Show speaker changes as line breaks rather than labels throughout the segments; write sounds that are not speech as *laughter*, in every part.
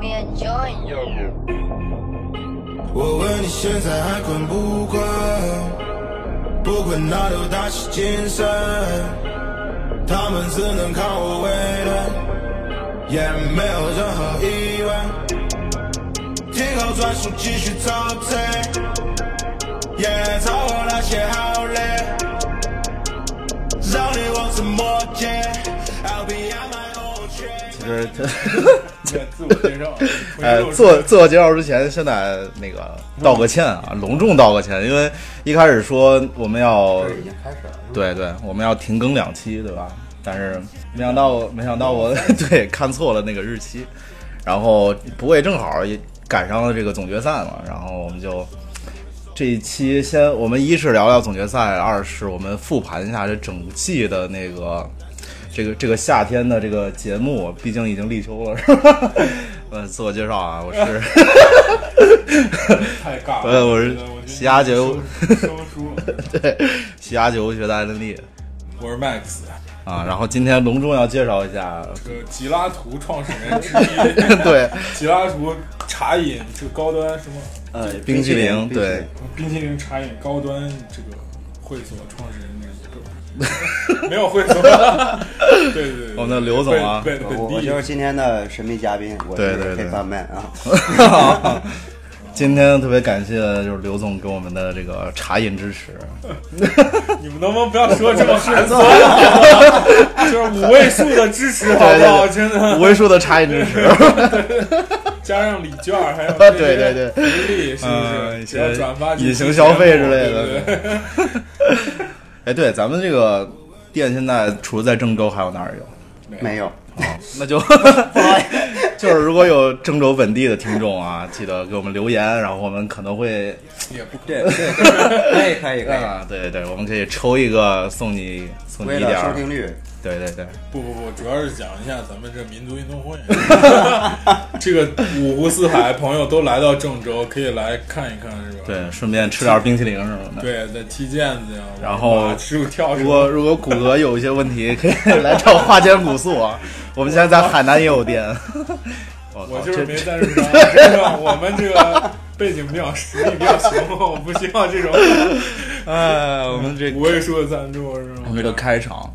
me a joint.
我问你现在还困不困？不困那就打起精神。他们只能看我为人，也没有任何疑问。听候专属继续遭罪，也找我那些好累，让你望尘莫及。I'll be on my own train。
就是他 *laughs*
自我介绍，
呃，自我自我介绍之前，先得那个道个歉啊，隆重道个歉，因为一开始说我们要
已经开始了。
对对，我们要停更两期，对吧？但是没想到，没想到我 *laughs* 对看错了那个日期，然后不过也正好也赶上了这个总决赛嘛，然后我们就这一期先我们一是聊聊总决赛，二是我们复盘一下这整季的那个这个这个夏天的这个节目，毕竟已经立秋了，是吧？ *laughs* 呃，自我介绍啊，我是。 *laughs*
太尬
对
了。
我是
觉得
洗牙节目
收收书。
对，西雅酒学的艾伦利
我是 Max，
啊。然后今天隆重要介绍一下，
这个吉拉图创始人之一。
*laughs*
*laughs*
对，
吉拉图茶饮这个高端什么
呃，
冰淇
淇
淋
淋，
对
冰淇淋茶饮高端这个会所创始人之一，不是没有会所。 *laughs* 对对对，
我们的刘总啊
本
我
本
我
本
就
地
是今天的神秘嘉宾，我
对
是
对对
配饭麦啊，
今天特别感谢就是刘总给我们的这个茶饮支 *laughs* 持，
你们能不能不要说这么
*laughs*
寒酸啊？就是五位数的支持，好不好？真的，
五位数的茶饮支持，
加上礼券，还有
*laughs* 对对对
福利是
嗯
不
一些
是？只要转发
隐形消费之类的
的，对对对
*laughs* 哎，对，咱们这个店现在除了在郑州还有哪儿有？
没有，
那就 *laughs* 就是如果有郑州本地的听众啊，记得给我们留言，然后我们可能会
也不
对对， *laughs* 可以可 *laughs* 以可以，
啊，对对，我们可以抽一个送你送你
为
一
了
点
收
儿，
听率，
对对对，
不不不，主要是讲一下咱们这民族运动会， *laughs* 这个五湖四海朋友都来到郑州，可以来看一看，是吧？
对，顺便吃点儿冰淇淋什么的。
对，在踢毽子呀，
然后
吃跳什
如果
么，
如果骨骼有一些问题，可以 *laughs* 来找花间骨素啊。我们现在在海南也有
*laughs*
店。我
我
靠，
就是
这
没赞助商，真的，我们这个背景比较实力比较雄厚，我不需要这种
哎，我们这
五位数的赞助，是吗？
我们这个开场，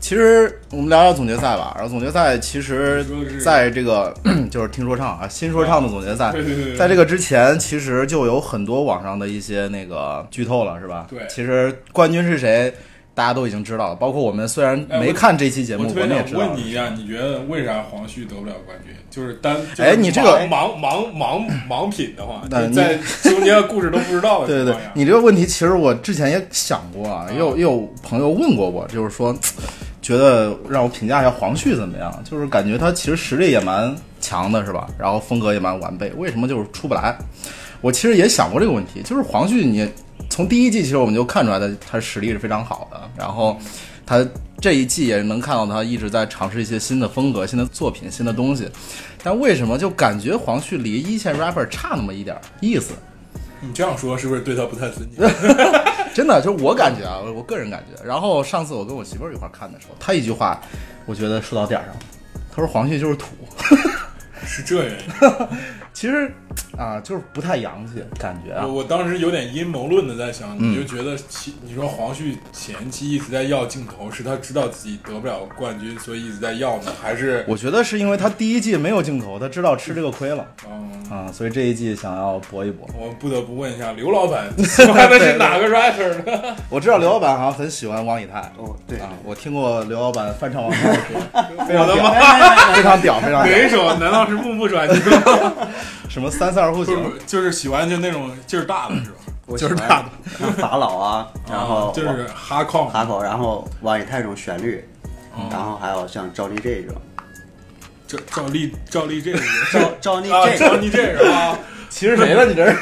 其实我们聊聊总决赛吧。然后总决赛其实
你说的是
在这个 *clears throat* 就是听说唱啊，新说唱的总决赛
对对对，对
在这个之前其实就有很多网上的一些那个剧透了，是吧？
对
其实冠军是谁，大家都已经知道了。包括我们虽然
哎我
没看这期节目，
我
我
特别
们也知
想
道了。
问你一下，你觉得为啥黄旭得不了冠军？就是单，就是
哎你这个
盲盲盲盲盲品的话，
那
就在中间的故事都不知道的
对对
情
对
况下，
你这个问题其实我之前也想过啊，也有
啊
也有朋友问过我，就是说觉得让我评价一下黄旭怎么样，就是感觉他其实实力也蛮强的，是吧？然后风格也蛮完备，为什么就是出不来？我其实也想过这个问题，就是黄旭你从第一季其实我们就看出来的，他实力是非常好的，然后他这一季也能看到他一直在尝试一些新的风格、新的作品、新的东西，但为什么就感觉黄旭离一线 rapper 差那么一点儿意思？
你这样说是不是对他不太尊 *laughs* 敬？
真的就是我感觉啊，我我个人感觉。然后上次我跟我媳妇儿一块儿看的时候，她一句话，我觉得说到点儿上了。她说黄旭就是土，
是这原因。
其实啊、就是不太洋气，感觉啊
我。我当时有点阴谋论的在想，你就觉得其你说黄旭前期一直在要镜头，是他知道自己得不了冠军，所以一直在要呢，还是
我觉得是因为他第一季没有镜头，他知道吃这个亏了
嗯？
啊、所以这一季想要搏一搏。
我不得不问一下刘老 *laughs* 板喜欢的是哪个 rapper 呢？
我知道刘老板好像很喜欢王以太啊、
哦对， *laughs*
我听过刘老板翻唱王以太的歌，非常
我的
屌，非常屌，
*laughs*
非常
*laughs*
屌
*laughs* 哪，一首？难道是步步转心吗？
什么三四二后
不是
行，
不是， *laughs* 就是喜欢就那种劲儿大的是吧？
我
就是
喜欢
大的
像法老啊，然后
啊就是哈控，
哈口，然后王以太这种旋律，然后还有像赵丽这种，
赵赵丽赵丽这个人
*laughs*
*laughs*
赵赵丽
啊，
这
赵
种，
丽这个啊，
其实谁了？你这是？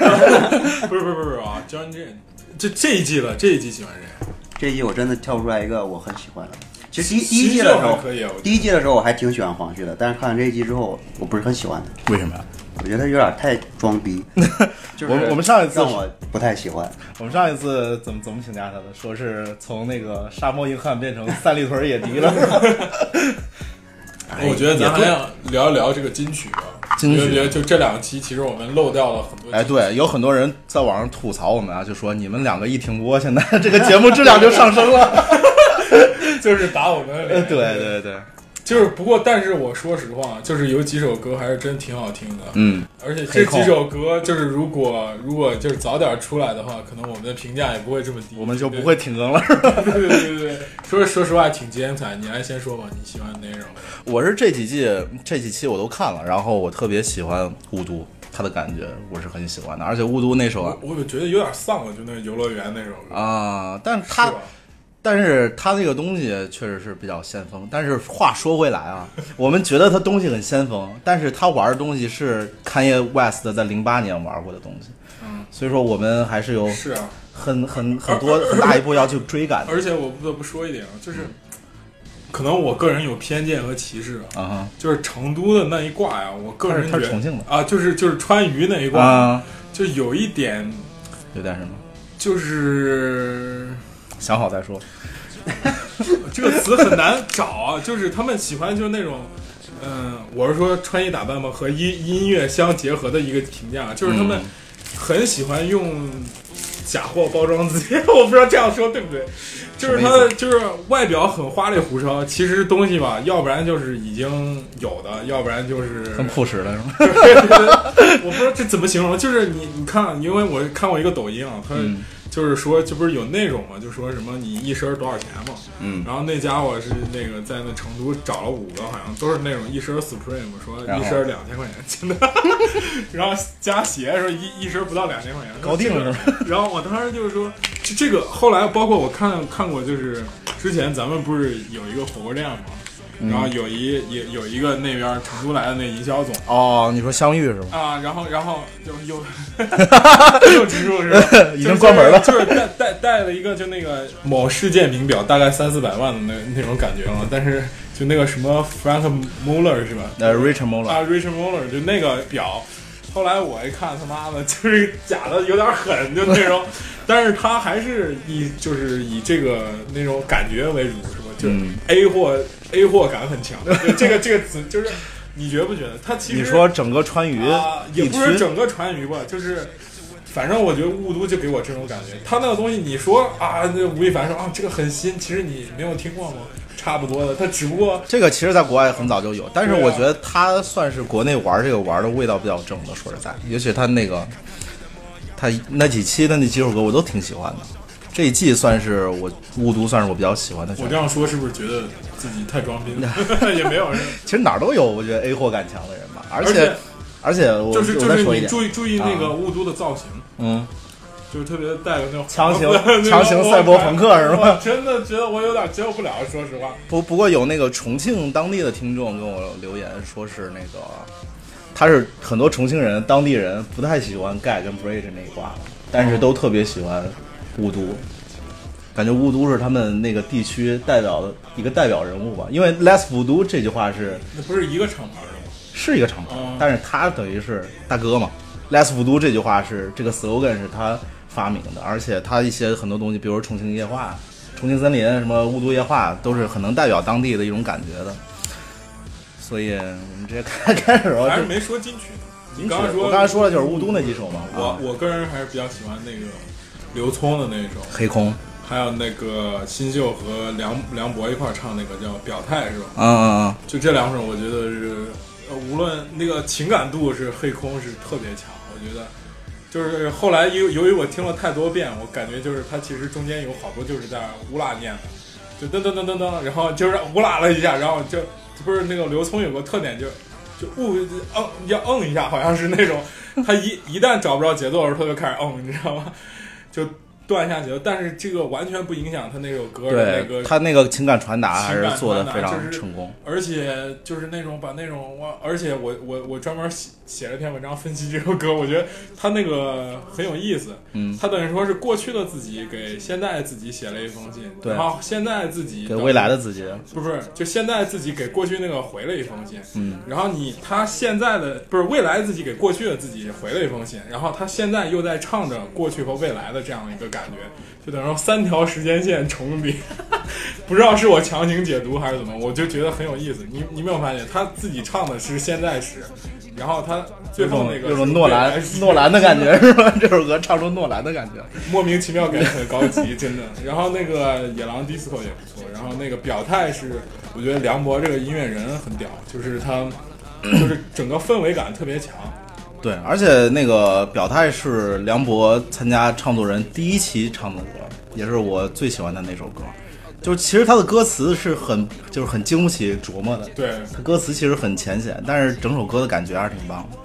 不是不是不是不是啊，赵丽这这这一季了，这一季喜欢谁？
这一季我真的挑不出来一个我很喜欢的。其实第一
新
第一季的时
秀
候
还，可以啊，我觉
第一季的时候我还挺喜欢黄旭的，但是看完这一季之后，我不是很喜欢他，
为什么呀？
我觉得他有点太装逼， *laughs* 就是
我们我们上一次
让我不太喜欢。
我们上一次怎么怎么评价他的？说是从那个沙漠硬汉变成三里屯野迪了，
得我觉得咱还要聊一聊这个金曲啊，
哎金
就觉得
曲。
就这两期，其实我们漏掉了很多。
*laughs* 哎，对，，有很多人在网上吐槽我们啊，就说你们两个一停播，现在这个节目质量就上升了。
*laughs* 就是打我们的
呃
脸。
*laughs* 对对对，
就是不过，但是我说实话，就是有几首歌还是真挺好听的。
嗯，
而且
黑
这
控
几首歌，就是如果如果就是早点出来的话，可能我们的评价也不会这么低，
我们就不会停更了。
对。对对对对，说说实话挺精彩。你来先说吧，你喜欢哪首？
我是这几季这几期我都看了，然后我特别喜欢雾都，他的感觉我是很喜欢的，而且雾都那首啊
我，我觉得有点丧了，就那个游乐园那首歌，
啊但是
是
他
吧
但是他那个东西确实是比较先锋。但是话说回来
*laughs*
啊，我们觉得他东西很先锋，但是他玩的东西是 Kanye West 在零八年玩过的东西，
嗯，
所以说我们还是有
是啊。
很很很多很大一步要去追赶的
而且我不得不说一点啊，就是
嗯
可能我个人有偏见和歧视啊，
啊
就是成都的那一挂呀，我个人
他是
觉
重庆的
啊，就是就是川渝那一
哈
挂，
啊，
就有一点
有点什么，
就是
想好再说。
这个词很难找啊，就是他们喜欢就是那种。嗯，我是说穿衣打扮嘛，和音音乐相结合的一个评价，啊就是他们
嗯
很喜欢用假货包装自己， *laughs* 我不知道这样说对不对，就是
什么
他就是外表很花里胡哨，其实东西吧，要不然就是已经有的，要不然就是
很朴实的是吗？
我不知道这怎么形容，就是你你看，因为我看过一个抖音啊，他
嗯
就是说，这不是有那种嘛，就说什么你一身多少钱嘛，
嗯，
然后那家伙是那个在那成都找了五个，好像都是那种一身 Supreme，说
然后
一身两千块钱，真的， *laughs* 然后加鞋说一一身不到两千块钱，
搞定了是
吧？然后我当时就是说，这这个后来包括我看看过，就是之前咱们不是有一个火锅店嘛。
嗯
然后有一也有一个那边儿成都来的那营销总，
哦，你说相遇是吗？
啊，然后然后就又
*laughs*
又植入是吧？
已经关门了
就是 *laughs* 就是带带带了一个就那个某世界名表，大概三四百万的那那种感觉啊嘛。但是就那个什么 Frank Muller 是吧？
呃，Richard Mola，
啊，Richard Muller 就那个表。后来我一看，他妈的，就是假的，有点狠，就
*laughs*
那种。但是他还是以就是以这个那种感觉为主，是吧？就是
嗯
A 货、A 货感很强。就这个这个词就是，你觉不觉得？他其实
你说整个川渝
啊，也
地
不是
区，
整个川渝吧，就是。反正我觉得雾都就给我这种感觉，他那个东西你说啊，那吴亦凡说啊这个很新，其实你没有听过吗？差不多的，他只不过
这个其实在国外很早就有，但是
对啊
我觉得他算是国内玩这个玩的味道比较正的。说实在，也许他那个他那几期的那几首歌我都挺喜欢的，这一季算是我雾都算是我比较喜欢的选
我
手
这。样说是不是觉得自己太装逼
*laughs*
了？也没有人，
其实哪儿都有，我觉得 A 货感强的人吧，而
而且
而且我
就是
我
就
再
是
说一
你
点，啊
注意注意那个雾都的造型，
嗯，
就是特别带有那种
强行
*laughs* 那种
强行赛博朋克是吧
我真的觉得我有点接受不了，说实话。
不不过有那个重庆当地的听众跟我留言说是那个。他是很多重庆人、当地人不太喜欢盖跟 bridge 那一挂的，但是都特别喜欢雾都，感觉雾都是他们那个地区代表的一个代表人物吧。因为 less 雾都这句话是
那不是一个厂牌的吗？
是一个厂牌
嗯，
但是他等于是大哥嘛。less 雾都这句话是这个 slogan 是他发明的，而且他一些很多东西，比如说重庆夜话、重庆森林、什么雾都夜话，都是很能代表当地的一种感觉的。所以我们直接开 *laughs* 开始吧，
还
哦就是
没说金曲呢。你
你
刚刚说，
我刚才说了就是雾都那几首嘛，
我
啊
我个人还是比较喜欢那个刘聪的那首，
黑空，
还有那个新秀和梁梁博一块儿唱那个叫《表态》是吧？
嗯嗯
就这两首，我觉得是，呃，无论那个情感度是黑空是特别强，我觉得。就是后来由由于我听了太多遍，我感觉就是它其实中间有好多就是在乌拉念的，就噔噔噔噔噔，然后就是乌拉了一下，然后就不是那个刘聪有个特点就就悟嗯要嗯一下，好像是那种他一一旦找不着节奏的时候，他就开始嗯，你知道吗？就断下节奏，但是这个完全不影响他那首歌
嗯，
的那
对
个
他那个情感传达还
情
是
感
做的
传
非
达
常
就是
成功，
而且就是那种把那种我，而且我我我专门写写了篇文章分析这首歌，我觉得他那个很有意思。
嗯，
他等于说是过去的自己给现在自己写了一封信，
对
然后现在自己
给未来的自己，
不是就现在自己给过去那个回了一封信，
嗯，
然后你他现在的不是未来自己给过去的自己回了一封信，然后他现在又在唱着过去和未来的这样一个感觉，就等于说三条时间线重叠， *laughs* 不知道是我强行解读还是怎么，我就觉得很有意思。你你没有发现他自己唱的是现在时，然后他最后那个
有种
是
诺
被
兰
来自
诺兰的感觉是吧？ *laughs* 这首歌唱出诺兰的感觉，
莫名其妙感觉很高级，真的。然后那个野狼 disco 也不错，然后那个表态是，我觉得梁博这个音乐人很屌，就是他， *coughs* 就是整个氛围感特别强。
对，而且那个表态是梁博参加唱作人第一期唱的歌，也是我最喜欢的那首歌。就是其实他的歌词是很就是很经不起琢磨的，
对，
他歌词其实很浅显，但是整首歌的感觉还是挺棒的。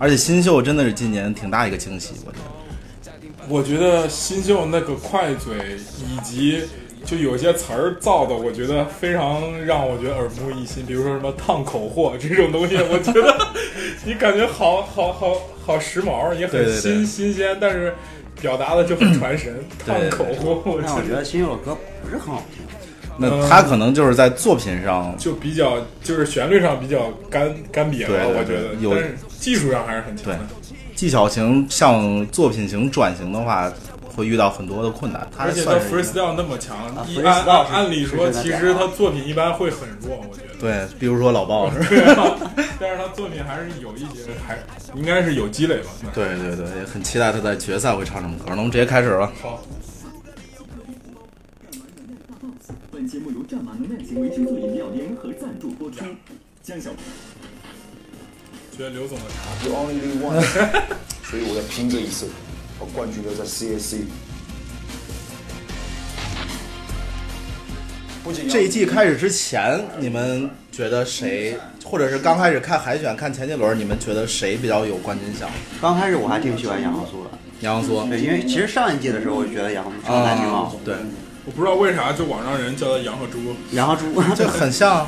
而且新秀真的是今年挺大一个惊喜，我觉得。
我觉得新秀那个快嘴以及就有些词儿造的，我觉得非常让我觉得耳目一新。比如说什么“烫口货”这种东西，我觉得 *laughs* 你感觉好好好好时髦，也
对对
很
对
新新鲜，但是表达的就很传神。
对
烫口货，我
但
觉
我
得
觉得新秀的歌不是很好听，
嗯
那他可能就是在作品上，
就比较就是旋律上比较干干瘪了，
对对
我觉得，
对有
但是技术上还是很强
对
的。
技巧型向作品型转型的话，会遇到很多的困难。他
而且他
算是一个
freestyle 那么强，
啊
一
freestyle
按按
是
按理说，
是真的
其
假的
实他作品一般会很弱，我觉得。
对，比如说老鲍是吧？
对啊， *laughs* 但是他作品还是有一些，还应该是有积累吧。算是
对对对，也很期待他在决赛会唱什么歌。那我们直接开始了。
好，
本节目由战马能量纤维制作饮料联合赞助播出。江小
觉得刘总的茶
You only live once，所以我要拼这一次，把冠军留在 CAC。不仅要
这一季开始之前，你们觉得谁，或者是刚开始看海选、看前几轮，你们觉得谁比较有冠军相？
刚开始我还挺喜欢杨浩苏的，
杨苏
对，因为其实上一届的时候我就觉得杨浩苏唱的还挺好，
嗯哦对，
我不知道为啥就网上人叫他羊和猪，
杨浩猪，
这
*laughs*
很像。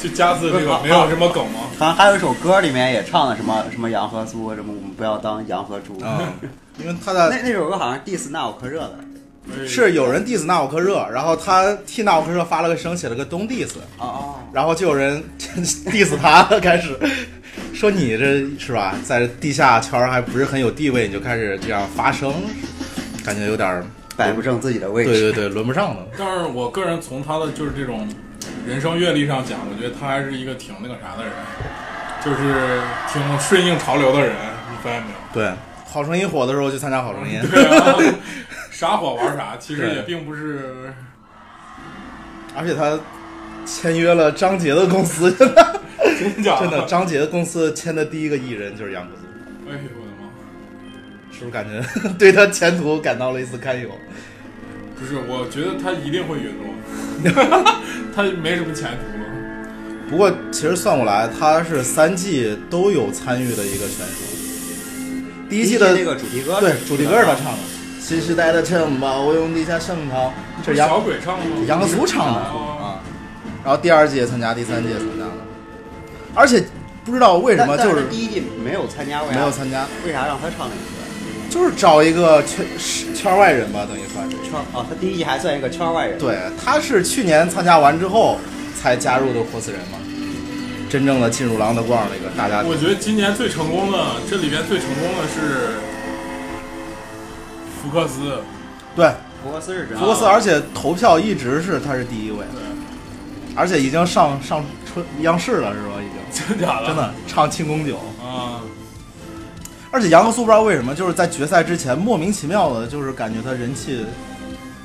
就加字这
*laughs*
个没有什么梗吗？
好像还有一首歌里面也唱的什么什么杨和苏，什么我们不要当杨和猪。
嗯，因为
*laughs*
他
那
在
那首歌好像 diss 那我可热的，
是有人 diss 纳奥克热，然后他替纳奥克热发了个声，写了个 don't diss，
哦哦，
然后就有人 diss 他，开始说你这是吧，在地下圈儿还不是很有地位，你就开始这样发声，感觉有点儿
摆不正自己的位置。
对对对，轮不上的。
但是我个人从他的就是这种人生阅历上讲，我觉得他还是一个挺那个啥的人，就是挺顺应潮流的人，你发现没有？
对，好声音火的时候去参加好声音。
对啊， *laughs* 啥火玩啥，其实
对
也并不是。
而且他签约了张杰的公司，
真假
真的，
哎
张杰的公司签的第一个艺人就是杨格苏，
呦我的妈！
是不是感觉对他前途感到了一丝堪忧？
不是，我觉得他一定会陨落，
*laughs*
他没什么前途了。
不过其实算过来，他是三季都有参与的一个选手，第一季的
那个主题歌，
对主题歌是他唱的，《新时代的城堡，我用地下圣堂》，这是
小
杨
鬼唱的吗？
杨格苏唱的
哦
啊。然后第二季也参加，第三季也参加了，而且不知道为什
但
么
但
就是
第一季没有参加过呀？
没有参加。
为啥让他唱那个歌？
就是找一个圈是圈外人吧，等于算是。
圈哦，他第一季还算一个圈外人。
对，他是去年参加完之后才加入的活死人嘛，真正的进入狼的逛那个大家
我觉得今年最成功的，这里边最成功的是福克斯。
对
福克斯是真
福克
啊
斯，而且投票一直是他是第一位，而且已经上上春央视了是吧？已经
真假的？
真的唱庆功酒，
啊！
而且杨和苏不知道为什么就是在决赛之前莫名其妙的，就是感觉他人气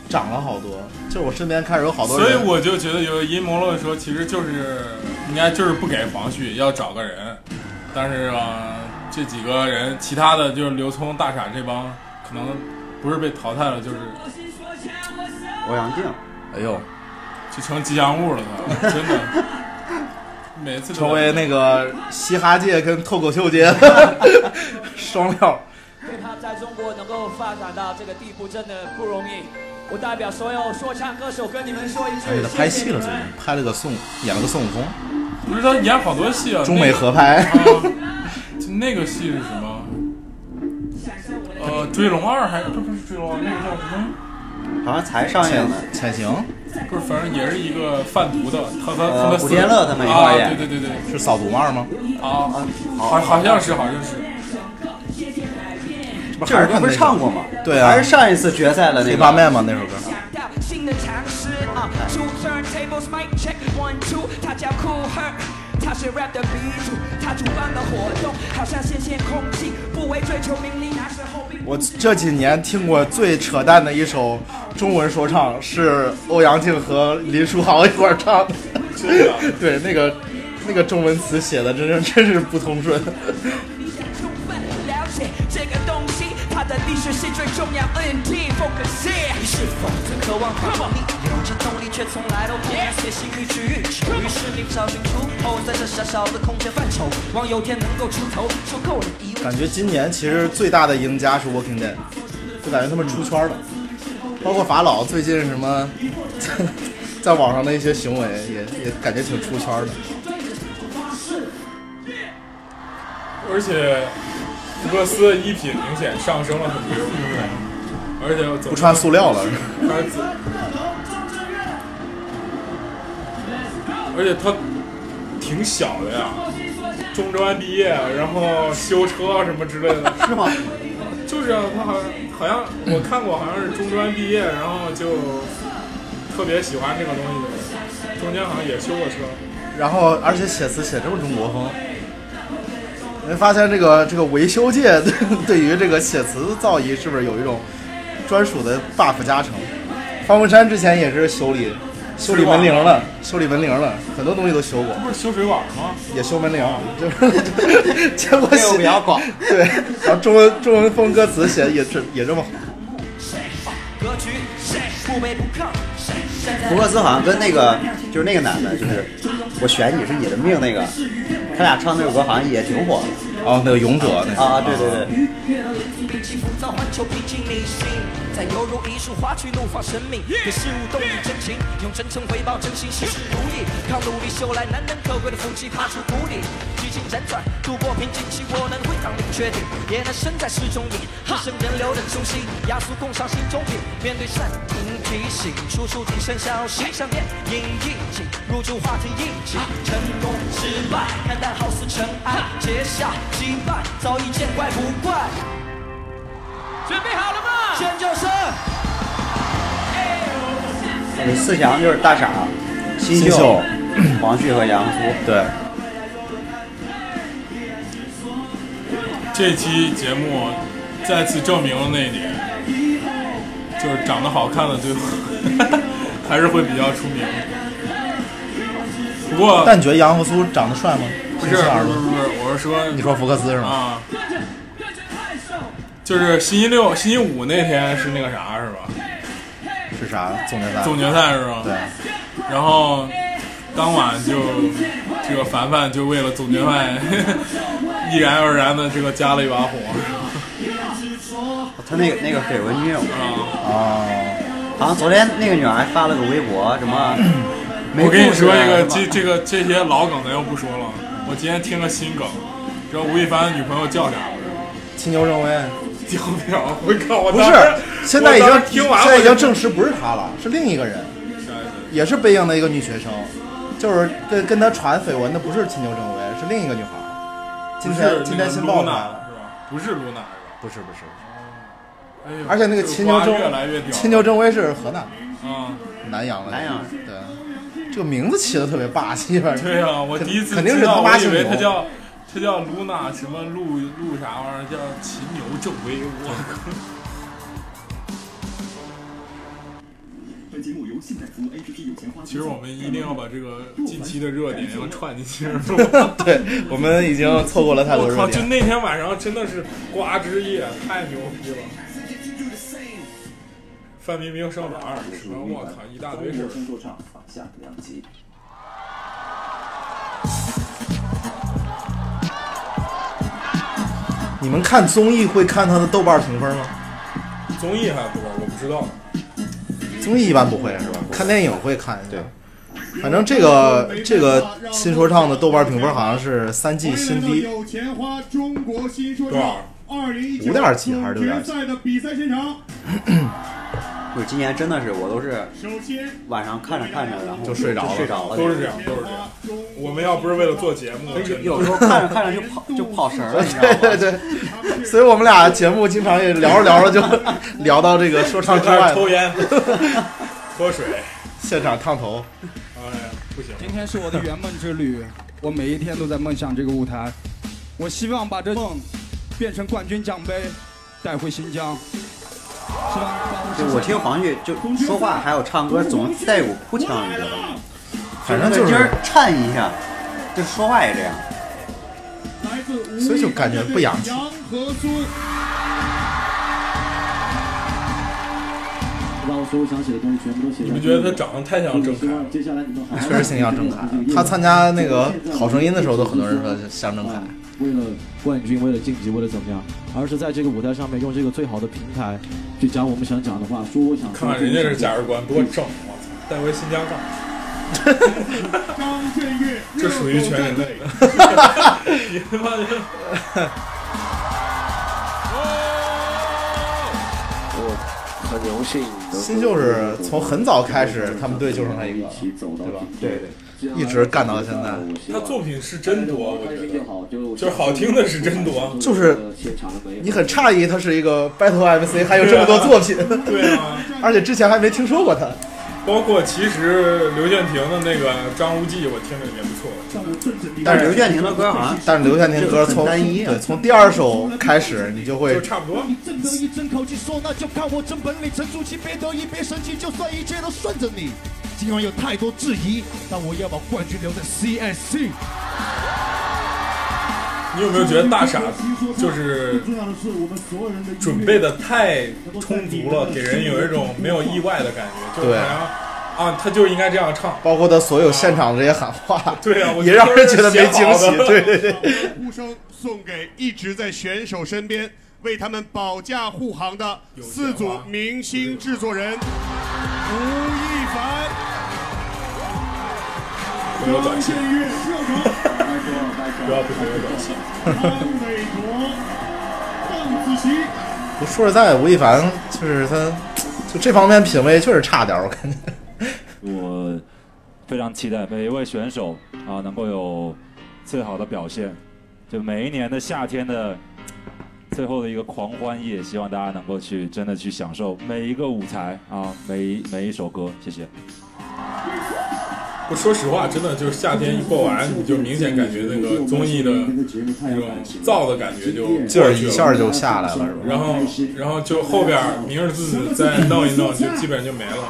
涨了好多，就是我身边开始有好多
所
人，
以我就觉得有阴谋论说，其实就是应该就是不给黄旭，要找个人。但是啊，这几个人，其他的就是刘聪、大傻这帮，可能不是被淘汰了，就是
欧阳靖，
哎呦，
就成吉祥物了。他真的， *laughs* 每次都
成为那个嘻哈界跟脱口秀界 *laughs* 双料。
对他在中国能够发展到这个地步，真的不容易。我代表所有说唱歌手跟你们说一
哎，
句，
他拍戏
谢谢
了，
你
最近
们。
拍了个孙悟，演了个孙悟空，
不是他演好多戏啊，
中美
那个
合拍。
啊，就那个戏是什么？呃，追龙二还不不是追龙二，那个叫什么？
好像才上映
潜
的。
潜行
不是，反正也是一个贩毒的，他他
呃
他的
古天乐他们一块儿演
啊，对对对对，
是扫毒帽吗？
啊，好好像是好像是，
这首歌不是唱过吗？
对啊
还是上一次决赛的那
黑
个
八面吗？那首歌。
想到新的尝试啊，two turntables mic check one two，他叫 Cool Herc。
他是 rap 的鼻祖，他主办的活动好像新鲜空气，不为追求名利，那时候并不
我这几年听过最扯淡的一首中文说唱是欧阳靖和林书豪一块儿唱的， *laughs* 对，那个那个中文词写的真是真是不通顺。
你想充分了解这个东西，它的历史是最重要 NT focus。你是否曾渴望把动力有着动力，却从来都不敢学习与去预知？于是你找寻出口，在这狭小的空间范畴，望有天能够出头，受够了一味
感觉今年其实最大的赢家是 Walking Dead，就感觉他们出圈了，包括法老最近什么 *laughs* 在网上的一些行为也也感觉挺出圈的。
而且福克斯一品明显上升了很多，而且怎么
不穿塑料了，
他自，而且他挺小的呀，中专毕业，然后修车什么之类的，
是吗？
就是啊，他好像好像我看过，好像是中专毕业，然后就特别喜欢这个东西，中间好像也修过车。
然后而且写词写这么中国风，你会发现这个这个维修界 *laughs* 对对于这个写词造诣是不是有一种专属的 buff 加成？方文山之前也是修理修理门铃了，修理门铃了，很多东西都修过，
不是修水管吗？
也修门
啊
*laughs* 铃，就是结果
内容
写
比较广，
对，然后中文中文风歌词写的也这也这么好，
格局，不卑不亢。
福克斯好像跟那个就是那个男的，就是我选你是你的命那个，他俩唱那首歌好像也挺火的
哦，那个勇者那
啊啊！对对对。
摒弃浮躁，环球逼近你心，再犹如一束花去怒放生命，给事物动以真情，用真诚回报真心，事事如意，靠努力修来难能可贵的福气，爬出谷底，几经辗转度过瓶颈期，我能会当零缺点，也能身在诗中饮，人生人流的中心，雅俗共赏心中品，面对善因提醒，处处谨慎小心，相变引一起，入住话题一起，成功失败看淡好似尘埃，结下羁绊早已见怪不怪。准备好了吗？先就是
四强就是大傻、新
新秀
秀、黄旭和杨苏。
对，
这期节目再次证明了那一点，就是长得好看的最后还是会比较出名。不过
但你觉得杨和苏长得帅吗？
不是不是不是，
耳朵，
我是说
你说福克斯是吗？
啊，就是星期六、星期五那天是那个啥是吧？
是啥？总决赛？
总决赛是吧？
对。
然后当晚就这个凡凡就为了总决赛， *laughs* 毅然而然的这个加了一把火
哦他那个那个绯闻女友，哦
啊！
啊，
好像昨天那个女孩发了个微博，什
*clears throat*
么没
我跟你
故事
说
啊
一
什
个，这
么
这个这些老梗咱就不说了。我今天听个新梗，知道吴亦凡的女朋友叫啥吗？
七牛正威。
丢掉！我靠！我
不
当
是
时，
现在已
我当时
经
听完了，
现在已经证实不是他了，是另一个人，
哎
也是北影的一个女学生，就是跟跟他传绯闻的不是秦牛正威，是另一个女孩儿。今
不是
天今
那
天
个
新爆出
Luna
来了，
是吧？不是露娜是吧？
不是不是，
哎呦
而且那个
这
秦
瓜
牛正
越来越屌，
秦牛正威是河南
啊！
南阳的，
南阳
对，这个名字起的特别霸气，反正
对啊，我第一次
肯定
知
是
道，
他
我
妈
以
姓
为他
牛，
叫他叫露娜，什么露露啥玩意儿，叫秦牛正威，我
本节目由现代服务 APP 有钱花。
其实我们一定要把这个近期的热点要串进去。
*laughs* 对我们已经错过了 *laughs* 太多
我
热
靠！就
点。
那天晚上真的是瓜之夜，太牛逼了。范冰冰上哪儿？我靠，一大堆事儿。
新说唱下两集。
你们看综艺会看他的豆瓣评分吗？
综艺还不知道，我不知道。
综艺一般不会是吧？看电影会看一下。反正这个这个新说唱的豆瓣评分好像是三季新低，
有钱花中国新说
多少
唱二零一
五
九
点几还是六点
决
几？
赛的比赛现场，
不是今年真的是我都是
首先
晚上看着看着，然后
就睡着了
就睡着了，
都是这样，哎都是这样。我们要不是为了做节目，
有
真的
有时候看着看着就跑就跑神儿了，你知道吗？
对对，所以我们俩节目经常也聊着聊着就 *laughs* 聊到这个说唱之
开
外
始抽
的，
烟、喝水，
现场烫头。
哎呀，不行，
今天是我的圆梦之旅，
我每一天都在梦想这个舞台，我希望把这梦变成冠军奖杯，带回新疆。希望帮
就我听黄旭就说话还有唱歌，总带有哭腔，你知道吗？
反正就
今
是
儿，颤一下，就说话也这样。
来自无
所以就感觉不洋气
杨和孙。
把我所有想写的东西全部都写
你们觉得他长得太像郑恺？
接下来你们
确实形象郑恺。他参加那个《好声音》的时候，都很多人说像郑恺。
为了冠军，为了晋级，为了怎么样，而是在这个舞台上面用这个最好的平台去讲我们想讲的话，说我想
看看人家这价值观多正，我操，带回新疆 *laughs* 干嘛？
张震岳，
这属于全人
热狗战
类 *laughs*
队
的。你他妈的
我很荣幸能够
新就是从很早开始，他们队就剩他一个，
对吧？
对对，
一直干到现在。
他作品是真多，我觉得。
好，就
就是好听的是真多
就是你很诧异，他是一个 Battle MC，还有这么多作品， *laughs*
对啊，
而且之前还没听说过他。
包括其实刘建廷的那个《张无忌》，我听着也不错。
但是刘建廷的歌好像
但是刘建廷歌
这
从
个很单一啊
对从第二首开始，你就会
就差不多，
挣得一争口气，说那就看我真本领。沉住气，别得意，别生气，就算一切都顺着你。尽管有太多质疑，但我要把冠军留在 CSC。
你有没有觉得大傻就是
最重要的是我们所有人的
准备的太充足了，给人有一种没有意外的感觉，就是
对
好像啊，他就应该这样唱。
包括他所有现场的这些喊话，
对啊我
也让人觉得没惊
觉
喜。
得
对对对，
呼声送给一直在选手身边为他们保驾护航的四组明星制作人：吴亦凡、
回有短
张
信，
震岳、热狗、
不要不回有短信。
潘玮柏、邓紫棋。
我说实在，吴亦凡就是他，就这方面品味确实差点儿，我感觉。
我非常期待每一位选手啊能够有最好的表现。就每一年的夏天的最后的一个狂欢夜，希望大家能够去真的去享受每一个舞台啊，每一每一首歌。谢谢。
不，说实话，真的就是夏天一过完，你就明显感觉那个综艺的那种燥的感觉就
劲
过
儿
去
一
了
下就下来了，是吧？
然后然后就后边儿明日之子再弄一弄，就基本就没了。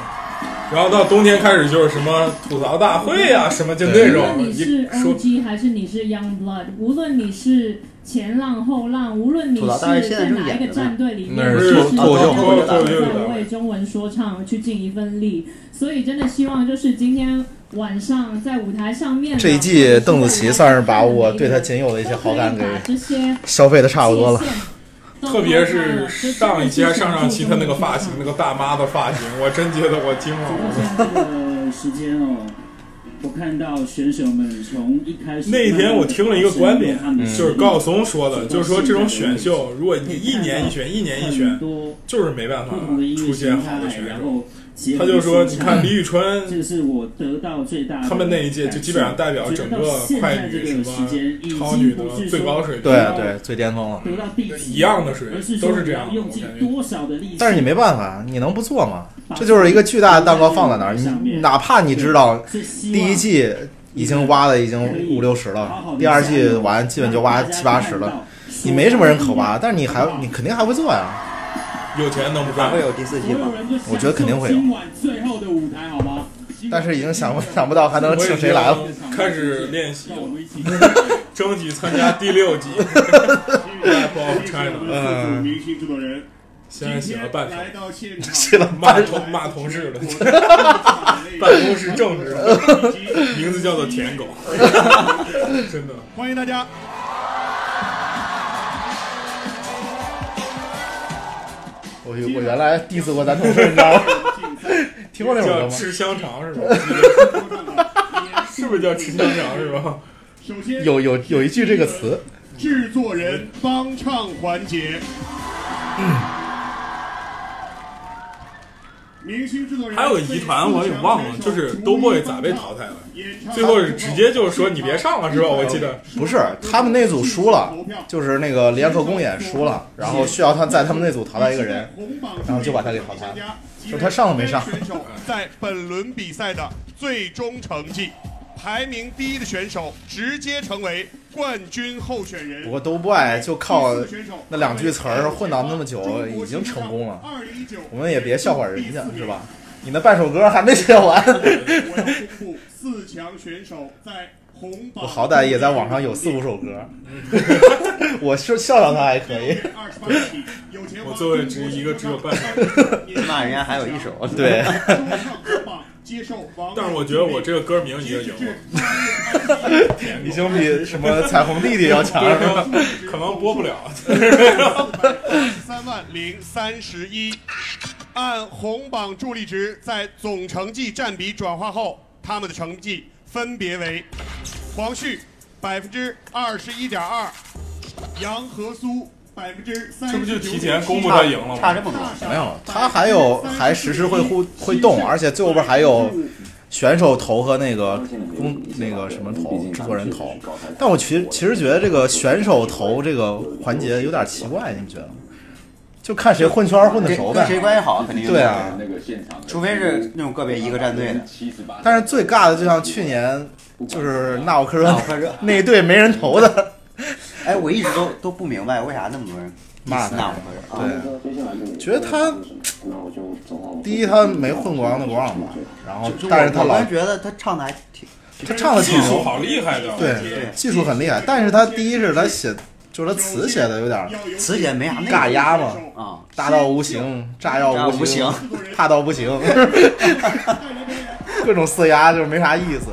然后到冬天开始就是什么吐槽大会啊，什么就那种
你是
一说
OG 还是你是 Young Blood，无论你是前浪后浪，无论你
吐槽大会
是
现在
在
正
哪一
演
个
着呢
战队里面，
那
都
是
是
脱脱口
都
秀
是
脱口秀
在为中文说唱去尽一份力。所以真的希望就是今天晚上在舞台上面呢，
这一季邓紫棋算是把我对她仅有的一些好感给
都可以把这些
消费的差不多了
界。限都
特别
哦
是
抛开了
上一期还上上期他那个发型，那
就
个大妈的发型，我真觉得我惊
我
了。
现在这个时间哦，我看到选手们从一开始
那一天我听了一个观点，就是高晓松说的，
嗯
就是说这种选秀，如果你一年一选，一年一选，
多
就是没办法
嗯不同的音
嗯出
乐
现
形
好的
态，
选
然
手。
后结
他
合
就说，你
现
看
场
李宇春
这个是我得到最大的
他们那一届就基本上代表整个快女什么超女的最高水平，
对对，最巅峰了。
得到第几
一样的水
而是
平
说
都是这样
你
的，
要
我
用尽
感觉。
多少的力气，
但是你没办法，你能不做吗？这就是一个巨大的蛋糕放在那儿，你哪怕你知道
所以希望
第一季已经挖的已经五六十了，第二季完基本就挖七八十了，，你没什么人可挖，但是你还你肯定还会做呀。
有钱能不
还
干
会？有第四季吗？
我觉得肯定会有
今晚最后的舞台，好吗？
但是已经想不想不到还能
我
请
已
谁来了？
经开始练 *laughs* 习
让
了
我，们一起。
争取参加第六 *laughs* 季 Rap of
我
China。
们四组明星制作人，
现
呃
在
今
写了
天
半条
来，到现场，
写了
骂同骂同事 *laughs* 了，办公室政治，名字叫做舔 *laughs* 狗，真的。
欢迎大家。
我我原来 diss 过咱同事，你知道吗？听过这首歌
叫
吗？
吃香肠是吧？ *laughs* 是不是叫吃香肠是吧？
首先
有有有一句这个词，
制作人帮唱环节。明星制作人
*laughs* 还有一团我给忘了，就是都不会咋被淘汰了，最后是直接就说你别上了是吧？我记得
不是他们那组输了，就是那个联合公演输了，然后需要他在他们那组淘汰一个人。，然后就把他给淘汰了。
就
他上了没上
选手在本轮比赛的最终成绩排名第一的选手直接成为冠军候选人。
不过都不爱，就靠那两句词儿混到那么久，已经成功了。我们也别笑话人家，是吧？你那半首歌还没写完， *laughs*
我要公布四强选手在红
我
榜，
好歹也在网上有四五首歌， *laughs* 我是笑笑他还可以。
我座位只一个只有半场，
*laughs*
那人家还有一
*laughs*
首
对，
接受王。
但是我觉得我这个歌名已经赢了，
*laughs* 已经比什么彩虹弟弟要强是吧？
可能播不了。
三万零三十一，按红榜助力值在总成绩占比转化后，他们的成绩分别为：黄旭百分之二十一点二，杨和苏百分之三十
这不就
九，
提前公布他赢了吗？
没有，他还有还实时会互会动，而且最后边还有选手投和那个公那个什么投制作人投。但我其实其实觉得这个选手投这个环节有点奇怪，你们觉得吗？就看谁混圈儿混的熟呗，
跟谁关系好肯定
对啊。
那个现场，除非是那种个别一个战队的。
但是最尬的就像去年就是纳奥克热那一队没人投的，
哎，我一直都都不明白为啥那么多人那
骂他
么多人啊。
对，觉得他第一他没混过王的国王吧，然后
就
但是
我
他
我
老
还觉得哦他唱的还挺，
他唱的挺
技
牛
术好厉害的
对
对，
技术很厉害。但是他第一是他写，就是他词写的有点儿
词写没啥内容
尬压嘛，
啊，
大到无形，炸药
炸无
形
形，
怕嗯到不行， *laughs* 各种色压就是没啥意思，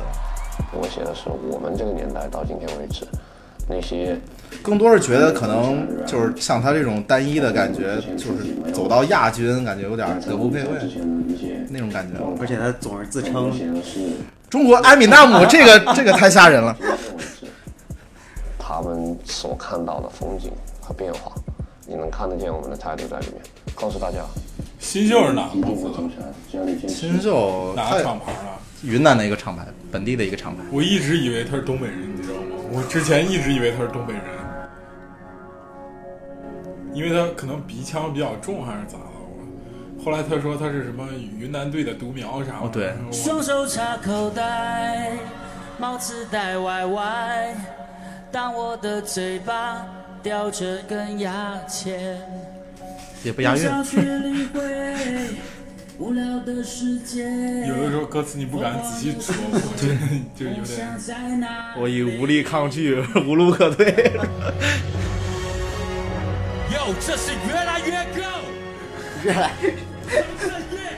我写的是我们这个年代到今天为止那些
更多是觉得可能就是像他这种单一的感觉，就是走到亚军感觉有点儿德不配位那种感觉，
而且他总是自称
中国埃米纳姆，这个 *laughs* 这个太吓人了。
他们所看到的风景和变化，你能看得见我们的态度在里面。告诉大家，
新秀是哪个
公司的？
新秀
哪个厂牌的？
云南的一个厂牌，本地的一个厂牌。
我一直以为他是东北人，你知道吗？我之前一直以为他是东北人，因为他可能鼻腔比较重还是咋的。我后来他说他是什么云南队的独苗啥的。
哦对
双手插口袋，帽子戴歪歪，当我的嘴巴叼着根牙签，
也不押韵。
想去理会无聊的世界。
有的时候歌词你不敢仔细琢磨，我觉得就有点。
在哪？
*laughs* 我已无力抗拒，无路可退。
哟，这是越来越高。
越来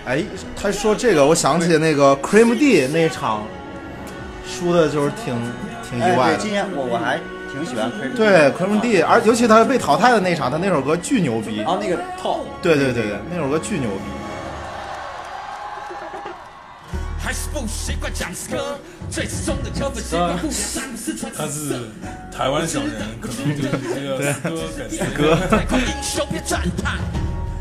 哎，他说这个，我想起那个 Cream D 那场输的，就是挺挺意
哎，
外
对，今
的。
年我我还挺喜欢 c r a m
对 Cream D，而尤其他被淘汰的那场，他那首歌巨牛逼。
然后啊那个 Top，
对对对对，那首歌巨牛逼。
还是不习惯讲歌，最终的科粉习
啊
惯不想三四川
他是台湾省人，可能就是这个歌感觉。
太空英雄别赞叹，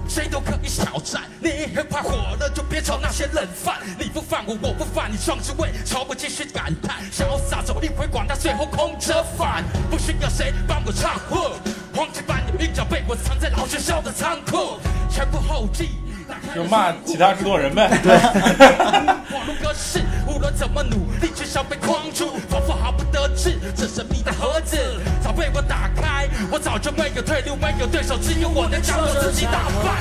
谁都可以挑战。你很怕火了，就别炒那些冷饭。你不犯我，我不犯你，双之位从不继续感叹。潇洒走一回，管他最后空折返。不需要谁帮我唱和，黄金般的韵脚被我藏在老学校的仓库，全部后继。
就骂其他制作人呗。
网络格式，无论怎么努力，却想被框住，仿佛毫不得志。这神秘的盒子早被我打开，我早就没有退路，没有对手，只有我能将我自己打败。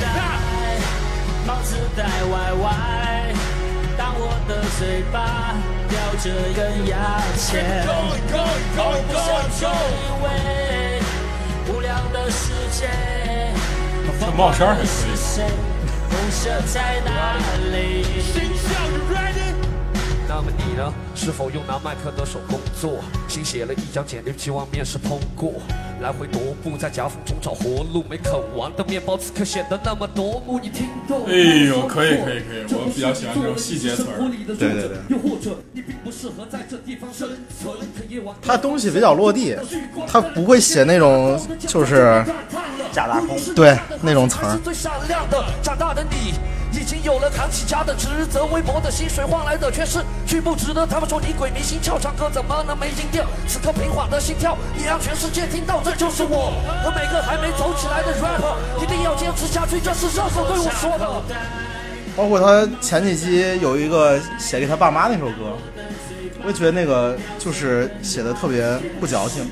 帽子戴歪歪，当我的嘴巴叼着根牙签，我不想去为无聊的世界，
这帽衫儿还可以。
谁不舍在哪里？
那么你呢？是否又拿麦克的手工作？新写了一张简历，期望面试通过。来回踱步，在夹缝中找活路，没啃完的面包此刻显得那么夺目。你听懂？
哎呦，可以可以可以，我比较喜欢这种细节词儿。
对
对对，
又或者你并不适合在这地方生存，可夜晚
他东西比较落地，他不会写那种就是
假大空，
对那种词儿
是。最闪亮的。长大的你已经有了扛起家的职责，微薄的薪水换来的却是巨不值得。他们说你鬼迷心窍，唱歌怎么能没音调？此刻平缓的心跳，你让全世界听到，这就是我和每个还没走起来的 rapper，一定要坚持下去，这是射手对我说
哦
的。
包括他前几期有一个写给他爸妈那首歌，我也觉得那个就是写的特别不矫情。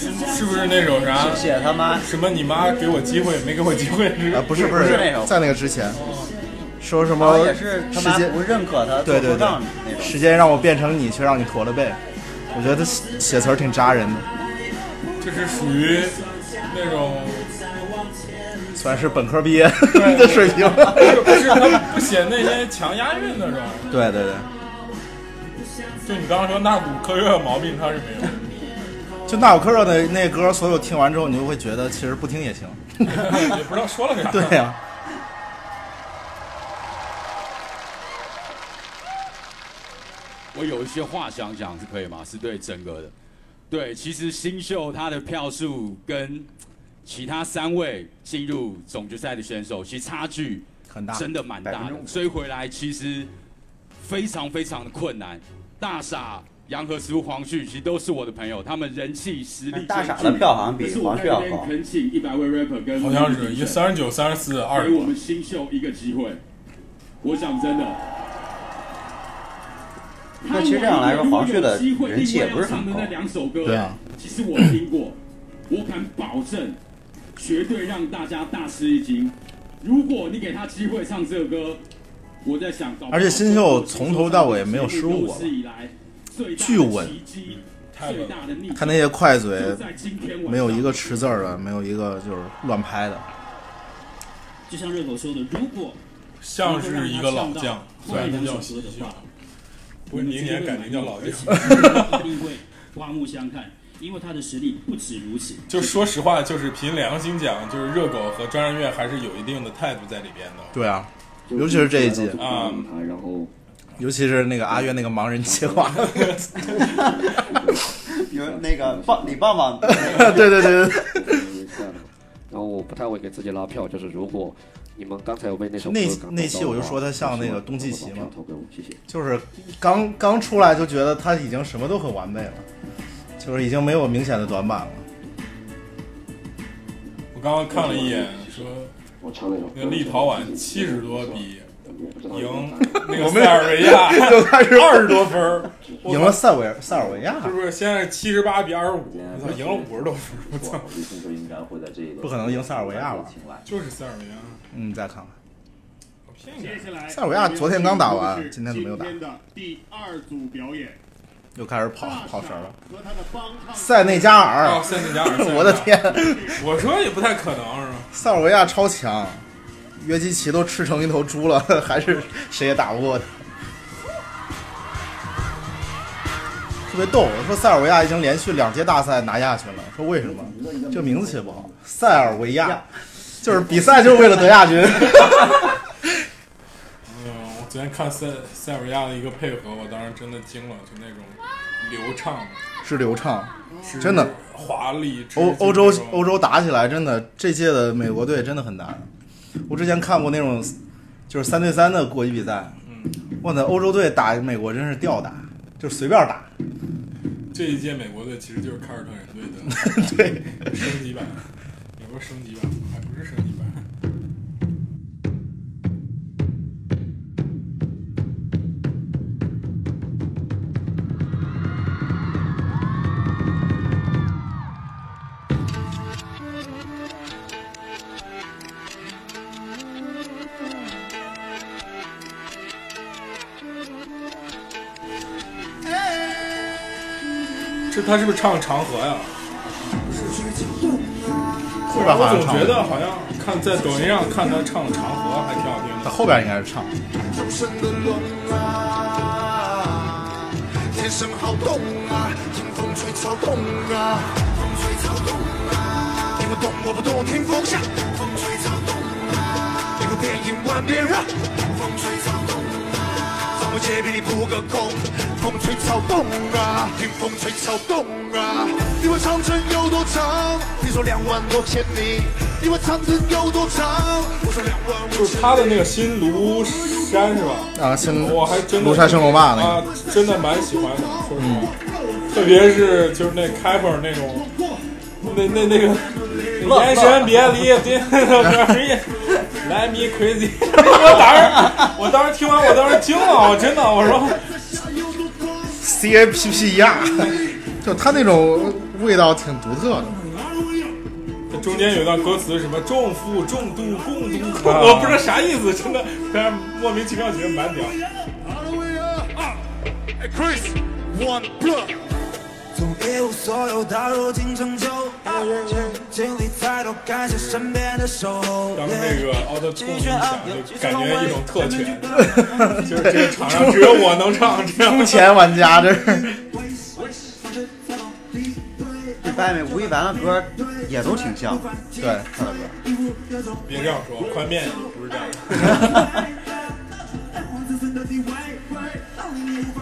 是不是那首啥？
谢他妈
什么？你妈给我机会，没给我机会是？
啊，不是不
是
在那个之前，说什
然
么
后也是他
时
妈
间
不认可他做
对
过
对对
账那，种
时间让我变成你，却让你驼了背。我觉得他写写词儿挺扎人的，
就是属于那种，
虽然是本科毕业
对
的水平。
不是不是他们不写那些强押韵那种。
对对对，
就你刚刚说那骨科学有毛病，他是没有。
就纳瓦克热的那歌，所有听完之后，你就会觉得其实不听也行。 *laughs*
也不知道说了啥。
对呀、
我有一些话想讲，是可以吗？是对真哥的。对，其实新秀他的票数跟其他三位进入总决赛的选手，其实差距
很大
真的蛮大的
5%。
追回来其实非常非常的困难。大傻、杨和苏、黄旭其实都是我的朋友，他们人气、实力兼具。
大傻的票好像比
可是我
黄旭要
在这边
高
恳请一百位 rapper 跟
好像是一三十九、三十四、二
哎
十
给我们新秀一个机会。我想真的，
那其实这样
哎
来说黄旭的人气也不是
他
很
们
高
的那两首歌，
对啊，
其实我听过，我敢保证，绝对让大家大吃一惊。如果你给他机会唱这个歌，我在想，
而且新秀从头到尾没有失误过吧
有史以来最大的
巨稳
奇迹，最大的逆
他那些快嘴
就在今天晚上
没有一个吃字儿的，没有一个就是乱拍的。
就像热狗说的，如果
像是一个老将
如果让他
虽然他
唱到后面两
叫啊
首歌的话，
不是明年改名叫老将
哎
将，一定会刮目相看，因为他的实力不止如此。
就说实话，就是凭良心讲，就是热狗和张震岳还是有一定的态度在里边的。
对啊，尤其是这一季
啊，
然后尤其是那个阿月那个盲人接 *laughs* 话，
有那个棒，你棒棒，
对对对对，
然后我不太会给自己拉票，就是如果你们刚才有为那首歌
那
感动
那期
到
我就
的话
说他像那个
我
冬季
希
奇
望
嘛
把票投给我，谢谢。
就是刚刚出来就觉得他已经什么都很完美了，就是已经没有明显的短板了。
我刚刚看了一眼，说那立陶宛七十多比赢那个
我们
塞尔维亚
*laughs* 就开始
二十多分儿，我
赢了塞维塞尔维亚，
是不是？现在七十八比二十五，我操，赢了五十多分儿，我操，
就应该会在这个
不可能赢塞尔维亚吧？
就是塞尔维亚。
嗯，你再看看，
哦
接下来
塞尔维亚昨天刚打完
我们进入
今天怎么又打
今天的第二组表演，
又开始跑跑神了。
和他的帮唱
塞内加尔，
哦塞内加尔
*laughs* 我的
*laughs*
天，
我说也不太可能是吧？
塞尔维亚超强，约基奇都吃成一头猪了， *laughs* 还是谁也打不过他，特别逗。我说塞尔维亚已经连续两届大赛拿亚军了，说为什么？这名字起得不好，塞尔维亚，就是比赛就是为了得亚军。 *laughs*
嗯，我昨天看塞塞尔维亚的一个配合，我当时真的惊了，就那种流畅，
是流畅
是，
真的。
华丽。
欧欧
洲
洲欧洲打起来真的，这届的美国队真的很难。我之前看过那种就是三对三的国际比赛，我操，欧洲队打美国真是吊打，就是随便打。
这一届美国队其实就是凯尔特
*laughs*
人队的对升级版，美国升级版还不是升级版。这他是不是唱长河呀？
后边好像
我总
唱
觉得好像看在抖音上看他唱长河还挺好听的。
他后边应该是唱，
周身的龙啊，天生好动啊，听风吹草动啊，风吹草动啊，你不懂我不懂，听风下，风吹草动啊，一部电影万遍绕，风吹草动啊，张无忌比你扑个空，风吹草动啊，听风吹草动啊，你问长城有多长？你说两万多千里，你问长城有多长？我说两万五千里。
就是他的那个新庐山是吧？
啊，新
我还真的
庐山升龙霸那个，
啊，真的蛮喜欢的，说实话，特别是就是那开本那种，那那那个
乐
眼神别离，对，来 me crazy，我当时我当时听完我当时惊了，我真的我说
C A P P 呀， *laughs* 就他那种味道挺独特的。
中间有一段歌词什么重负重度共度苦，
啊
我不知道啥意思，真的，但是莫名其妙觉得蛮屌。
Oh 啊
Chris One Blood。从一无所有到如今成就，啊经历太多，感谢身边的守候。
咱们那个奥特
继
酷
续啊
感觉一种特权， *laughs* 就是这个场上只有我能唱，这样 *laughs*
肤浅玩家这是。
你发现没？吴亦凡的歌也都挺像，
对
他的歌。
别这样说，宽面不是这样的。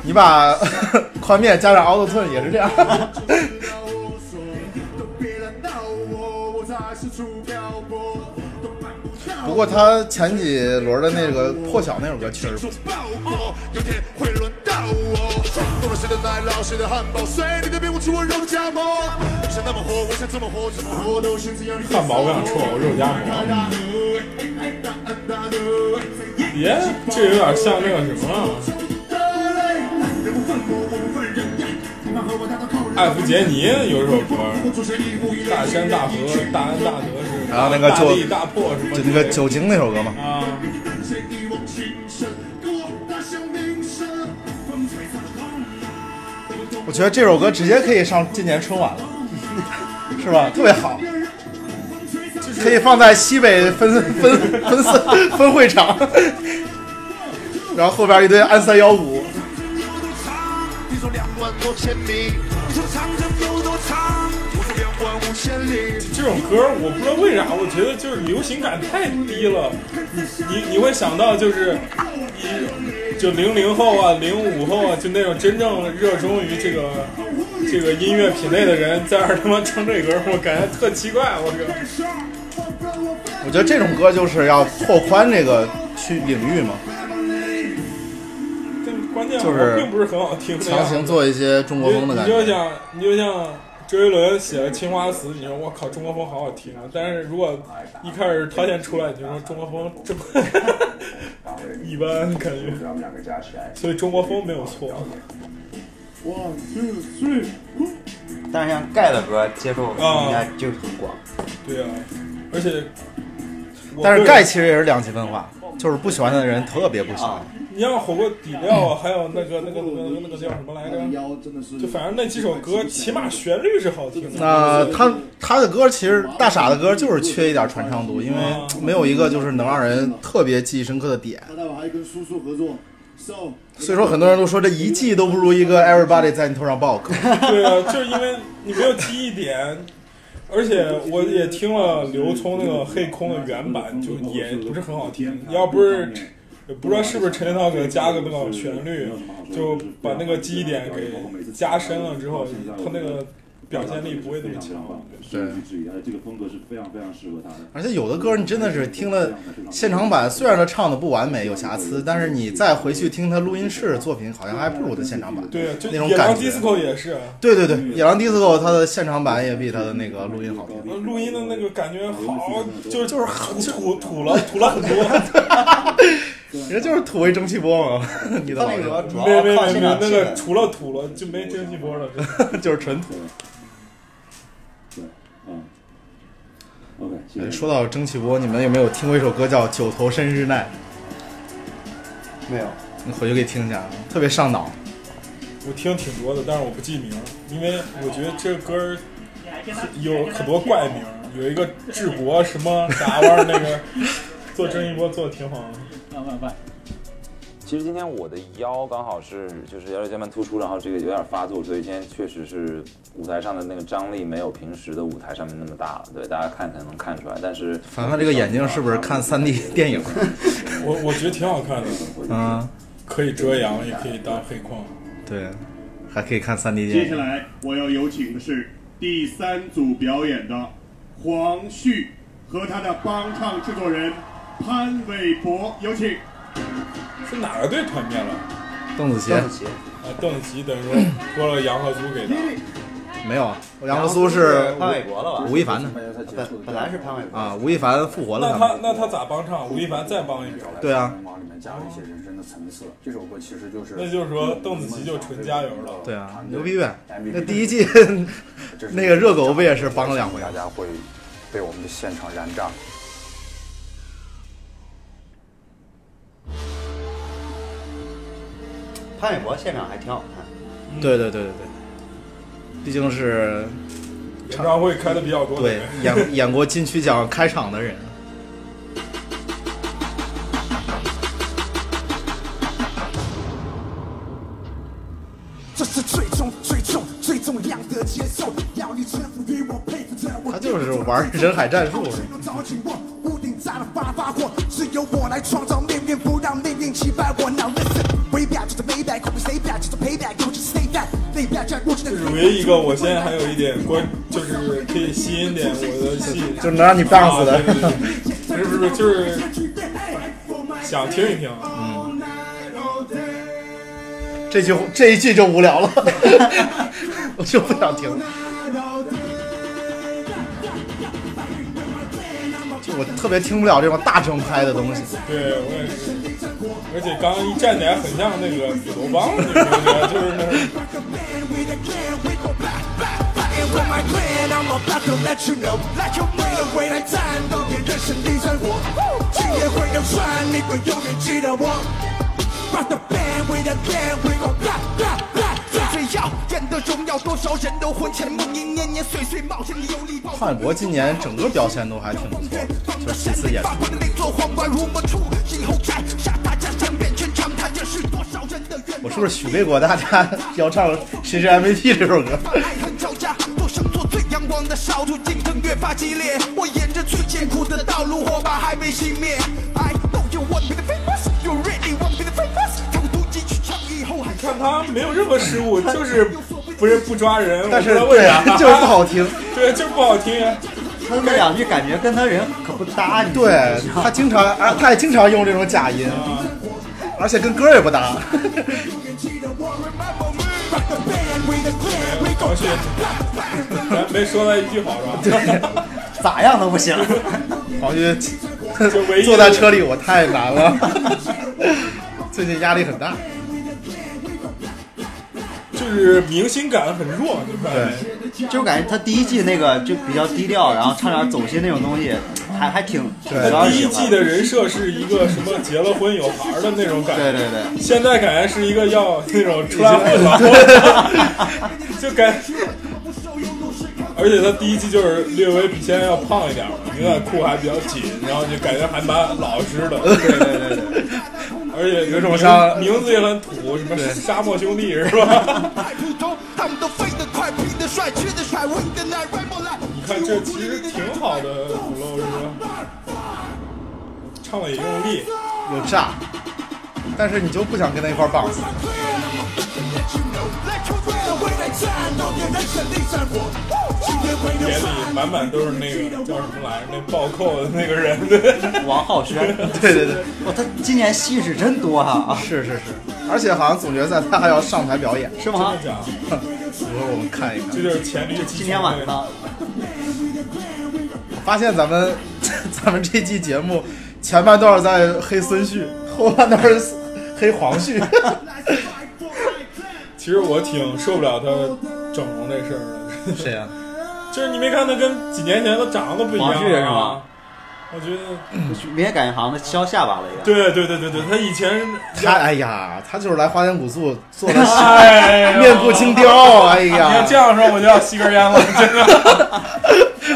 你把 *laughs* 宽面加上 auto tune 也是这样。 *laughs* 不过他前几轮的那个破晓那首歌确实不错。
会轮到我。多了谁的奶酪，谁的汉堡，谁你的面无吃啊我肉的夹馍。你想那么活，我想这么活，怎么活都是这样的。
汉堡我想吃我肉夹馍，
嗯
耶，这有点像那个什么啊了。艾弗杰尼有一首歌，大山大河大恩大德是，
然后那个
大
就
力大破什么
就
之
那
类
个
的，
酒精那首歌嘛。
啊，
我觉得这首歌直接可以上今年春晚了， *laughs* 是吧？特别好，可以放在西北分 *laughs* 分分分分会场， *laughs* 然后后边一堆安三幺五，
你说两万多千里，你说长征有多长？我说两万五千里。
这种歌我不知道为啥，我觉得就是流行感太低了。你你你会想到就是，一就零零后啊、零五后啊，就那种真正热衷于这个这个音乐品类的人，在那儿他妈唱这歌，我感觉特奇怪。我这个
我觉得这种歌就是要拓宽这个区领域嘛，
但关键好
就
像
是
并不是很好听，
强行做一些中国风的感
啊你就
觉。
你就像你就像周杰伦写的《青花瓷》，你说我靠，中国风好好听啊！但是如果一开始他先出来，你就说中国风这么 *laughs* 一般感觉，所以中国风没有错。
One two three。
但是像盖的歌接受
啊
应该就是很广。
对啊，而且我
但是
个人
盖其实也是两极分化，就是不喜欢的人特别不喜欢。
你像火锅底料，啊还有那个那个那个那个叫什么来着？就反正那几首歌，起码旋律是好听的。
那他他的歌其实大傻的歌就是缺一点传唱度，因为
啊
没有一个就是能让人特别记忆深刻的点。
他待会儿还跟叔叔合作，so
所以说很多人都说这一季都不如一个 Everybody 在你头上爆。
*laughs* 对啊，就是因为你没有记忆点，而且我也听了刘聪那个《黑空》的原版，就也不是很好听。
嗯
要不是也不知道是不是陈建涛给他加个那个旋律，就把那个记忆点给加深了之后，他那个表现力不会那么强。
对，
这个风格是非常非常适合他的。
而且有的歌你真的是听了现场版，虽然他唱的不完美有瑕疵，但是你再回去听他录音室的作品，好像还不如他现场版。
对，啊就
那种
野
感
狼
觉。
disco 也是，呃
对对对，野狼 disco 他的现场版也比他的那个录音好听。
录音的那个感觉好，就是就是很土土了土了很 *laughs* 多。
人家就是土为蒸汽波嘛， *laughs* 你的老人
没没没没，那个除了土了就没蒸汽波了，
*laughs* 就是纯土。嗯哎说到蒸汽波，你们有没有听过一首歌叫《九头身日奈》？
没有，
你回去可以听一下，特别上脑。
我听挺多的，但是我不记名，因为我觉得这歌儿有很多怪名，有一个智博什么啥玩意儿那个， *laughs* 做蒸一波做的挺好的。
其实今天我的腰刚好是就是腰椎间盘突出，然后这个有点发作，所以今天确实是舞台上的那个张力没有平时的舞台上面那么大了。对，大家看才能看出来。但是
凡凡这个眼睛是不是
*laughs*
看 3D *laughs* 电影？
我我觉得挺好看的，
嗯，
可以遮阳，也可以当黑框。
对，还可以看 3D 电
接
影
下。来我要有请的是第三组表演的黄旭和他的帮唱制作人潘玮柏，有请。
是哪个队团灭了？
邓紫棋邓紫棋
*laughs* 啊，邓紫棋等于说脱了洋和租给他，
没有，杨和苏是
潘玮柏了吧？
吴亦凡的，
本本来是潘玮柏
啊，吴亦凡复活了他
那他
们。
那他咋帮唱？吴亦凡再帮一遍。
对啊，
往里面加入一些人生的层次。这首歌其实就是，
那就是说邓紫棋就纯加油了。
对啊，牛逼呗！那第一季那个热狗不也是帮了两回？
大家会被我们的现场燃炸。
潘玮柏现场还挺好看，
对对对对对，毕竟是
演唱会开的比较多的
对
人，
演 *laughs* 演过金曲奖开场的人。
这是最重、最重、最重量的节奏，要你臣服于我，佩服着我。
他就是玩人海战术
全都找紧我，屋顶炸了发发火，是由我来创造命运，不让命运击败我。Now listen，way back 就是 way back，我 stay back 就是 pay back，我就是 stay back，lay back 在过去的。
唯一一个我现在还有一点关，就是可以吸引点我 *laughs* 的吸引，
就是能让你棒死的
啊对对对不是 *laughs* 不是，就是想听一听。
*laughs* 这句这一句就无聊了， *laughs* 我就不想听了。就我特别听不了这种大整拍的东西。
对，我也是。而且刚一站起来，很像那个斧头帮，你觉得就是那种。
And with my clan, I'm about to let you know. Let you know. 未来战斗别人生第三国，今夜会流传，你会永远记得我。Rock the band, we the band, we gon' rock, rock, rock, rock. 最耀眼的荣耀，多少人都魂牵梦萦，年年岁岁冒险，你有力爆
潘玮柏今年整个表现都还挺不错的，就是其次演出。
做皇冠如梦处，以后摘下大家将变全长谈，这是多少人的愿
我是不是许配过大家要唱《谁是 MVP》这首歌？
爱恨交加，做生做最阳光的少主，竞争越发激烈。我沿着最艰苦的道路，火把还没熄灭。I know you want me to famous, you really want me to famous。从突击去唱以后，还
看他没有任何失误，就是不是不抓人，
但是
我不知道为啥
对就是 *laughs* 不好听，
*laughs* 对，就是不好听啊。
他那两句感觉跟他人可不搭，你
对他经常，啊，他也经常用这种假音，而且跟歌也不搭。
我去，咱没说他一句好是吧？
咋样都不行。
黄旭
就唯
*laughs*
一
坐在车里，我太难了， *laughs* 最近压力很大。
就是明星感很弱，就感觉。
对，就感觉他第一季那个就比较低调，然后唱点走心那种东西，还还挺挺招
他
人
第
喜
一
欢
季的人设是一个什么结了婚有孩儿的那种感觉，
对对对
现在感觉是一个要那种出来混了，就感，而且他第一季就是略微比现在要胖一点嘛，牛仔裤还比较紧，然后就感觉还蛮老实的，对
对对对，
而且
有种像
名名字也很土，什么沙漠兄弟是吧？
太普通，他们都飞得快，拼得帅，缺的帅，稳的耐，rap 不来。
你看这其实挺好的鼓楼是吧？唱的也用力，
有炸，但是你就不想跟他一块儿棒死。
眼里满满都是那个叫什么来着？那暴扣的那个人，对
王浩轩，
*laughs* 对对对，
哇，他今年戏是真多啊！
是是是，而且好像总决赛他还要上台表演，
是吗
真的假的？
一会儿我们看一看。
这就是黔驴技穷。
今天晚上
我发现咱们 *laughs* 咱们这期节目前半段在黑孙旭，后半段是黑黄旭。
其实我挺受不了他整容这事儿的。
*laughs* 谁呀、
就是你没看他跟几年前他长得不一样
黄旭是
啊
吗？
我觉得，
明显感觉好像他削下巴了一样。
对对对对对，他以前
他哎呀，他就是来花间古宿做的 *laughs*
哎呀
面部精雕，哎呀，
你要这样说我就要吸根烟了，真的。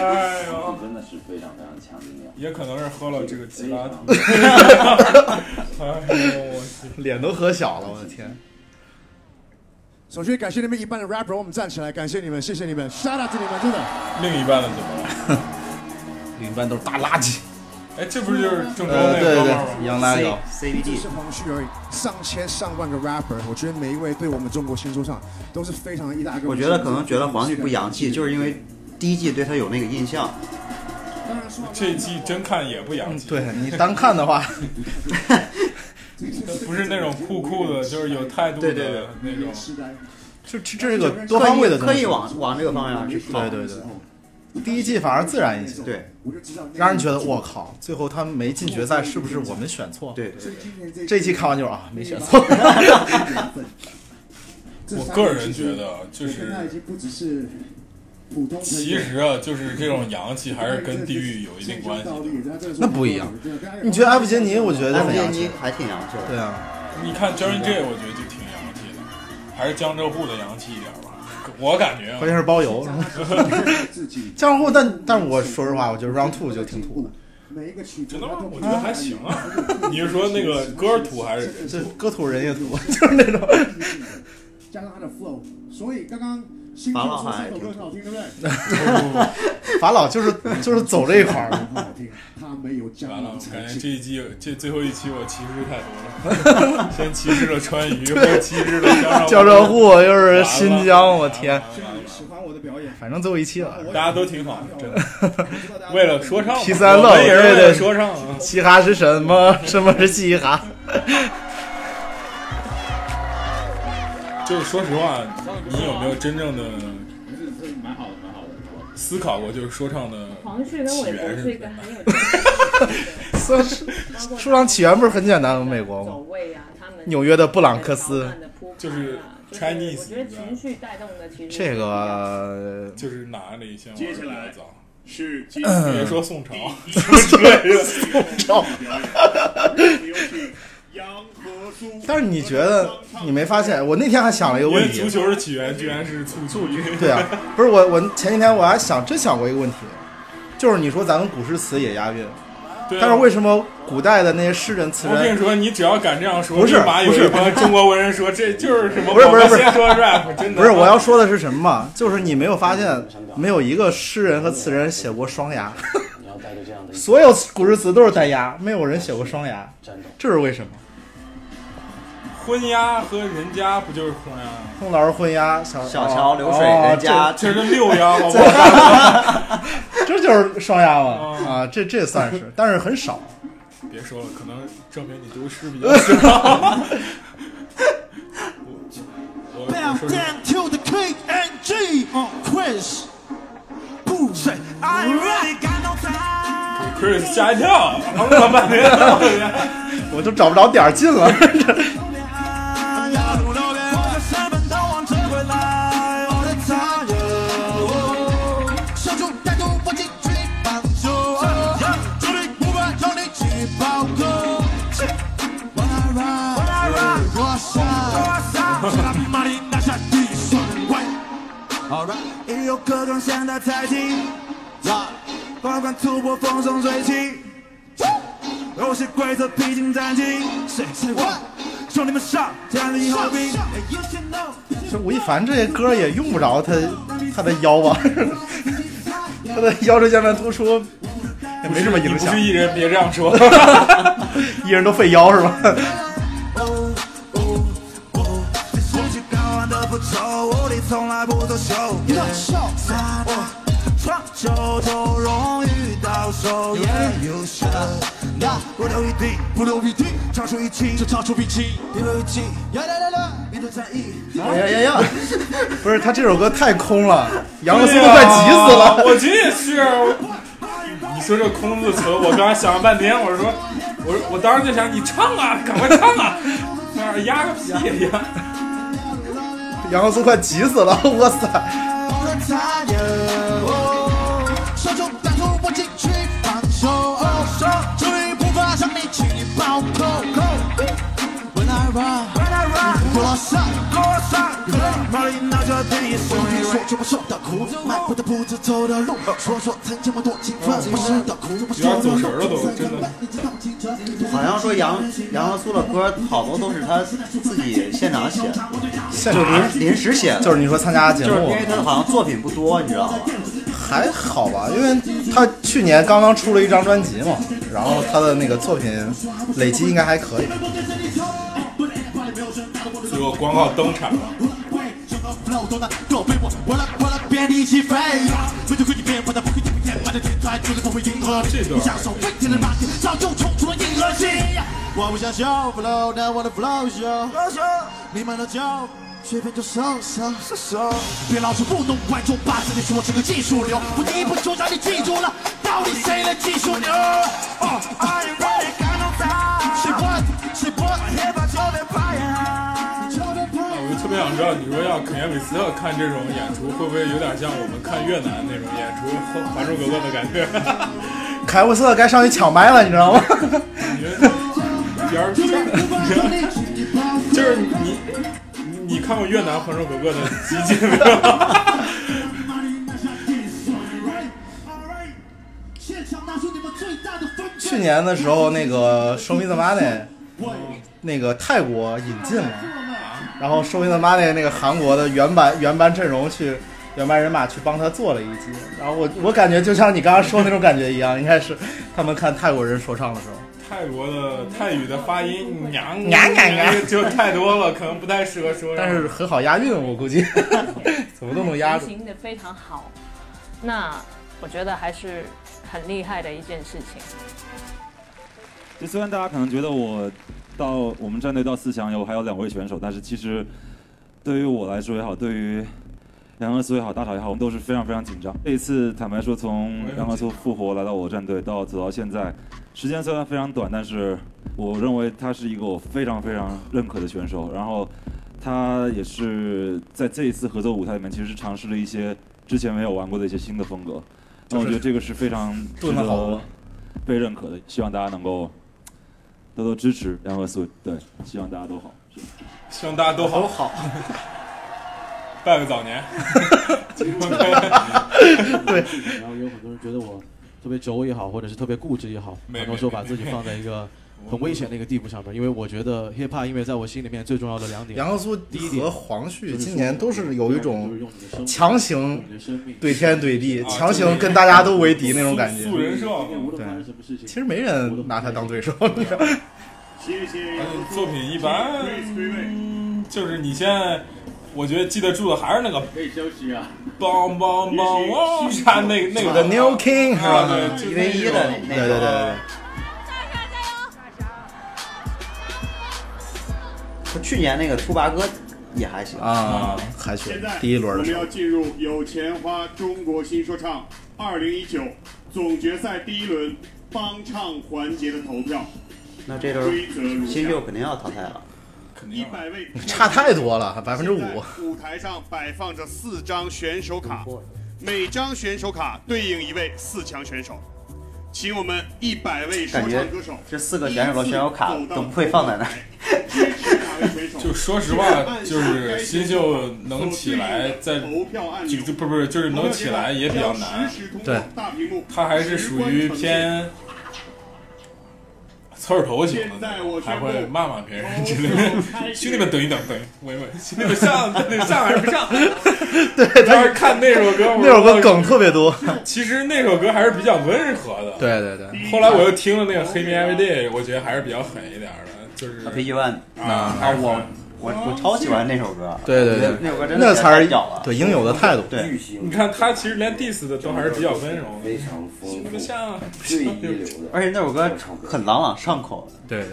哎呦，
真的是非常非常强劲的。
也可能是喝了这个吉拉图。
脸都喝小了，我的天！
首先感谢你们一半的 rapper，我们站起来，感谢你们，谢谢你们，shout out to 你们，真的。
另一半的怎么了？
另一半都是大垃圾。
哎，这不是就是郑州
呃
那
对
个哥
对
们儿吗？
一样垃圾
C B D 是黄旭而已，上千上万个 rapper，我觉得每一位对我们中国新说唱都是非常一大个。
我觉得可能觉得黄旭不洋气，就是因为第一季对他有那个印象。
这季真看也不洋气。
对你单看的话，
不是那种酷酷的，就是有态度的那种。
这这这是个多方位的东西
刻意往往这个方向去靠。
对对对，第一季反而自然一些，
对，
让人觉得我靠，最后他们没进决赛是不是我们选错？
对
对，这一季看完就是啊，没选错。 *laughs*
我个人觉得就是
已经不只是普通。
其实啊，就是这种洋气还是跟地域有一定关系的。
那不一样，你觉得埃弗杰尼？我觉得
埃弗杰
尼
还挺洋气的。
对啊，
你看 Jerry J，我觉得就挺洋气的，还是江浙沪的洋气一点吧，我感觉啊。
关键是包邮。江户，但但我说实话，我觉得 Round Two 就挺土的。
真的吗？我觉得还行啊。你是说那个歌土还是
这歌土人也土， *laughs* 就是那种。
*laughs* 加上他的 flow，所以刚刚新
法
出
老
说
还
这首歌很好听，对不
*laughs*
对？
法老就是就是走这一块
*laughs*
儿。
啊他没有加
完了，
入
我
才
感觉这
进。
一季这最后一期我歧视太多了， *laughs* 先歧视了川渝，后歧视了
江浙沪，
完
又是
了
新疆，我天！
喜欢我的表演，
反正最后一期了，
大家都挺好，真的。为了说唱嘛，
P 三
我
乐，
们也是为
对
了说唱啊。
嘻哈是什么？ *laughs* 什么是嘻哈？
就是说实话，你有没有真正的思考过，就是说唱的
黄旭跟
起
韦伯
源
是
是
一
什
个
么？
很有
说说唱起源不是很简单吗？美国
走
吗？
位啊，他们
纽约的布朗克斯，
就是
Chinese，我觉得情绪带动的其实
这个
就是哪里先
接下来
*clears throat*
是
*laughs*
啊别说宋朝
宋朝但是你觉得你没发现？我那天还想了一个
因
问
为
题，
足球的起源居然是蹴蹴鞠。
对啊，不是我，我前几天我还想真想过一个问题，就是你说咱们古诗词也押韵，
对啊
但是为什么古代的那些诗人词
我跟
人
你说，你只要敢这样说，
不是
立马有
不是
一帮中国文人说这就是什么
不是不是
我
不是
先说 rap，真的
不是我要说的是什么嘛？就是你没有发现，没有一个诗人和词人写过双押，
你要带着这样的
*laughs* 所有古诗词都是单押，没有人写过双押，这是为什么？
婚鸦和人家不就是婚鸦？
宋老师混押，小
小桥流水
哦
人家
这
这是六押好不
好？这就是双押嘛？啊，这这算是，但是很少。
别说了，可能证明你读诗比较少。我我
Bow
我说实话
down to the king and G
Oh
on Chris. Boom. Say, I ain't really got no time.
Chris 吓一跳，老半天，
我都找不着点儿进了。 *laughs*
Y'all don't know that. Cause the seven know I'm to rely all the time. yeah. So you that do what you dream about, so, uh, yeah. Do the move I don't need cheap out, go. When I ride, go outside. Should I be money, not shot, be something, wait. 已有各种想的猜忌，关关突破风生水起，游戏规则披荆斩棘。谁谁我，兄弟们上，天里有兵。
这吴亦凡这些歌也用不着他他的
*laughs*
腰吧， *laughs* 他的腰椎间盘突出也没什么影
你不
响
是。艺人，别这样说。
艺人都费腰是吧？
这世界高昂的复仇，无力从来不作秀。撒的创就都容易到手，也优秀。那不留一地，不留一地，超出预期就超出预期，一如预期。呀呀呀呀，面对战役。
哎呀呀呀！ *laughs* 不是他这首歌太空了，杨格斯都快急死了。
对啊我觉得也是啊。我你说这“空”字词，我刚才想了半天，我说，我说我当时就想你唱啊，赶快唱啊，那儿压个屁呀！
杨格斯快急死了， *laughs* 哇塞！
我的太阳，手中单独握进去放手，注意步伐让你轻易暴扣。When I run, when I run，过了山，过了山，有了毛利那就定义所以说全部受到苦，迈不的步子走的路，说说曾经我多勤奋，我受到苦，我受到苦。
好像说杨杨和苏的歌好多都是他自己现场写的，
现
就
场
临临时写的。
啊就是你说参加节目
就是因为他好像作品不多，你知道吧？
还好吧，因为他去年刚刚出了一张专辑嘛，然后他的那个作品累积应该还可以。
结果光靠登场了。
这段我不想笑，flow，但我的 flow 笑。你们的叫
随便就上上上上。
别老是糊弄观众，把自己说成个技术流。我第一步就让你记住了，到底谁来技术流？哦，I am ready, got no time. She what? She what? Hit my shoulder, fire. Shoulder, fire.
我就特别想知道，你说要肯耶韦斯特看这种演出，会不会有点像我们看越南那种演出《还还珠格格》的感觉？ *laughs*
凯沃斯特该上去抢麦了，你知道吗？ *laughs*
边儿上，就是你你你看过越南《还珠格格》的集锦没有？
现场拿出你们最大的风格。
去年的时候，那个《Show Me the Money》，那个泰国引进了，然后《Show Me the Money》那个韩国的原版原班阵容去原班人马去帮他做了一集，然后我我感觉就像你刚刚说那种感觉一样，应该是他们看泰国人说唱的时候。
泰国的泰语的发音娘
娘娘娘
*laughs* 就太多了，可能不太适合说。
但是很好押韵，我估计怎么都能押住。
行的非常好，那我觉得还是很厉害的一件事情。
就虽然大家可能觉得我到我们战队到四强以后还有两位选手，但是其实对于我来说也好，对于杨和苏也好，大潮也好，我们都是非常非常紧张。这一次坦白说，从杨和苏复活来到我战队，到走到现在，时间虽然非常短，但是我认为他是一个我非常非常认可的选手。然后他也是在这一次合作舞台里面，其实尝试了一些之前没有玩过的一些新的风格。那我觉得这个是非常值
炖了好
得
多
被认可的，希望大家能够多多支持杨和苏。对，希望大家都好。
希望大家都好好，拜个早年。
对，然后也有很多人觉得我特别轴也好，或者是特别固执也好，
没
很多时候把自己放在一个
嗯
很危险的一个地步上面，因为我觉得 hip hop 音乐在我心里面最重要的两点，
杨和苏
第一点
和黄旭
就是
今
说
年都是有一种
命
强行对天对地，强行跟大家都为敌那种感觉。
素人设
对，其实没人拿他当对手。 *laughs*
谢谢
杨子哎作品一般，就是你现在，我觉得记得住的还是那个。可以休息啊。梆梆梆，哇！啥那个那个
The New King 是吧
啊对，就是那种
101的那个对对对对对
去年那个兔八哥也还行
啊还
现在我们要进入有钱花中国新说唱二零一九总决赛第一轮帮唱环节的投票。
那这周
规则如
新
下：
秀肯定要淘汰了，
一百位
差太多了，百分之五。
舞台上摆放着四张选手
啊
卡，每张选手卡对应一位四强选手。请我们一百位说
感
唱
觉
歌手，
这四个选手的选手卡都不会放在那儿。
就说实话，就是新秀能起来，在就就不不是就是能起来也比较难。
对，
他还是属于偏刺儿头型的，还会骂骂别人之类的。兄弟们，等一等，等一等，稳稳， *laughs* 兄弟们上，等等上还是不上？
*laughs* 对，
当时看那首歌，
*laughs* 那首歌梗特别多。 *laughs*
其实那首歌还是比较温和的。
对对对，
后来我又听了那个《Hit Me Every Day》，我觉得还是比较狠一点的，就是。
Happy One
啊
啊，我我我超喜欢那首歌，
对对对
那首歌真
那
的
才是
太屌了，
对应有的态度
对，
你看他其实连 diss 的都还是比较温柔，非常丰富，像
最一流的，而且那首歌很朗朗上口的，
对对，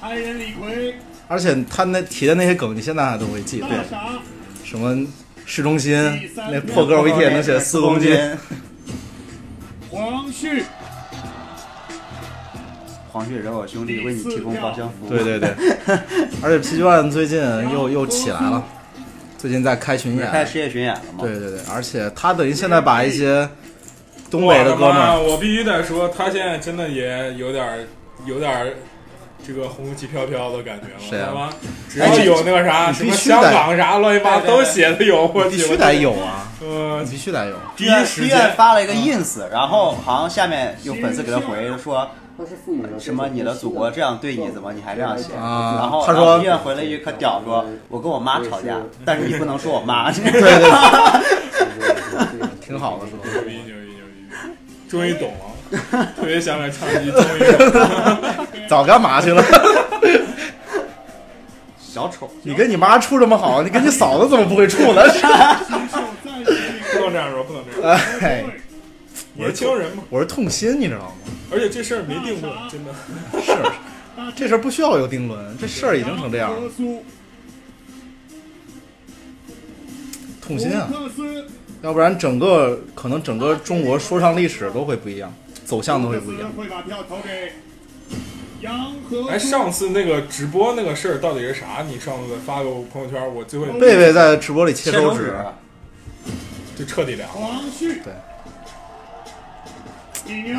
爱人李逵，
而且他那提的那些梗，你现在还都会记。对
大，傻，
什么市中心那破歌，我一天能写四公斤。
黄旭，
黄旭惹我兄弟为你提供包厢服务，
对对对，
*laughs*
而且皮 One 最近又又起来了，最近在开巡演，
开实业巡演了吗？
对对对，而且他等于现在把一些东北的哥们
哇
儿，
我必须得说，他现在真的也有点儿有点儿这个红旗飘飘的感觉了，
谁啊
好吧？只
哎
要
你
有那个啥
你
什
必须
么
得
香港啥乱七八糟
对对
都
对
写的有，我
你必须
去
得有啊， *laughs*
嗯，
必须得有。
第一时
医院
间
发了
嗯
一个 ins，然后好像下面有粉丝给他回说。什么？你的祖国这样对你，怎么你还这样写？
啊
然后
他说
医院回了一句可屌，说我跟我妈吵架，但是你不能说我妈。 *laughs* 对
对，挺好的，是吧？
牛逼牛逼牛逼，终于懂了，特别想给唱一句，终于懂了。
早干嘛去了？ *laughs*
小丑，
你跟你妈处这么好，你跟你嫂子怎么不会处呢？ *laughs*
不能这样说，不能这样说。
哎，我是
年轻人嘛，
我是痛心，你知道吗？
而且这事儿没定论，真的。
是，这事儿不需要有定论，这事儿已经成这样了。
何苏，
痛
哎
心啊
福！克斯
要不然整个可能整个中国说唱历史都会不一样，走向都会不一样。
会把票投给杨和
哎，上次那个直播那个事儿到底是啥？你上次发个朋友圈，我最后
贝贝在直播里切手
手
指，啊
就彻底凉了。
黄旭。
对。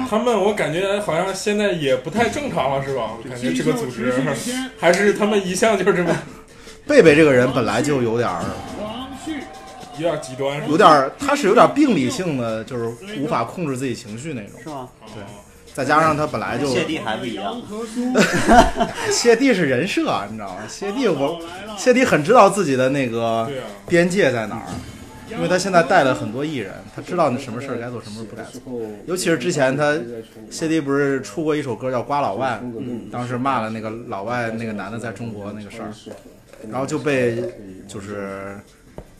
他们，我感觉好像现在也不太正常了，是吧？我感觉这个组织还是他们一向就是这么 *laughs*
贝贝这个人本来就有点儿，
有点极端，是吧
有点儿，他是有点病理性的，就是无法控制自己情绪那种。是
吗？
对，再加上他本来就
谢帝还不一样，
*laughs* 谢帝是人设，啊你知道吗？谢帝我，谢帝很知道自己的那个边界在哪儿，因为他现在带了很多艺人，他知道你什么事儿该做，什么事儿不该做。尤其是之前他谢帝不是出过一首歌叫《瓜老外》，当时骂了那个老外那个男的在中国那个事儿，然后就被就是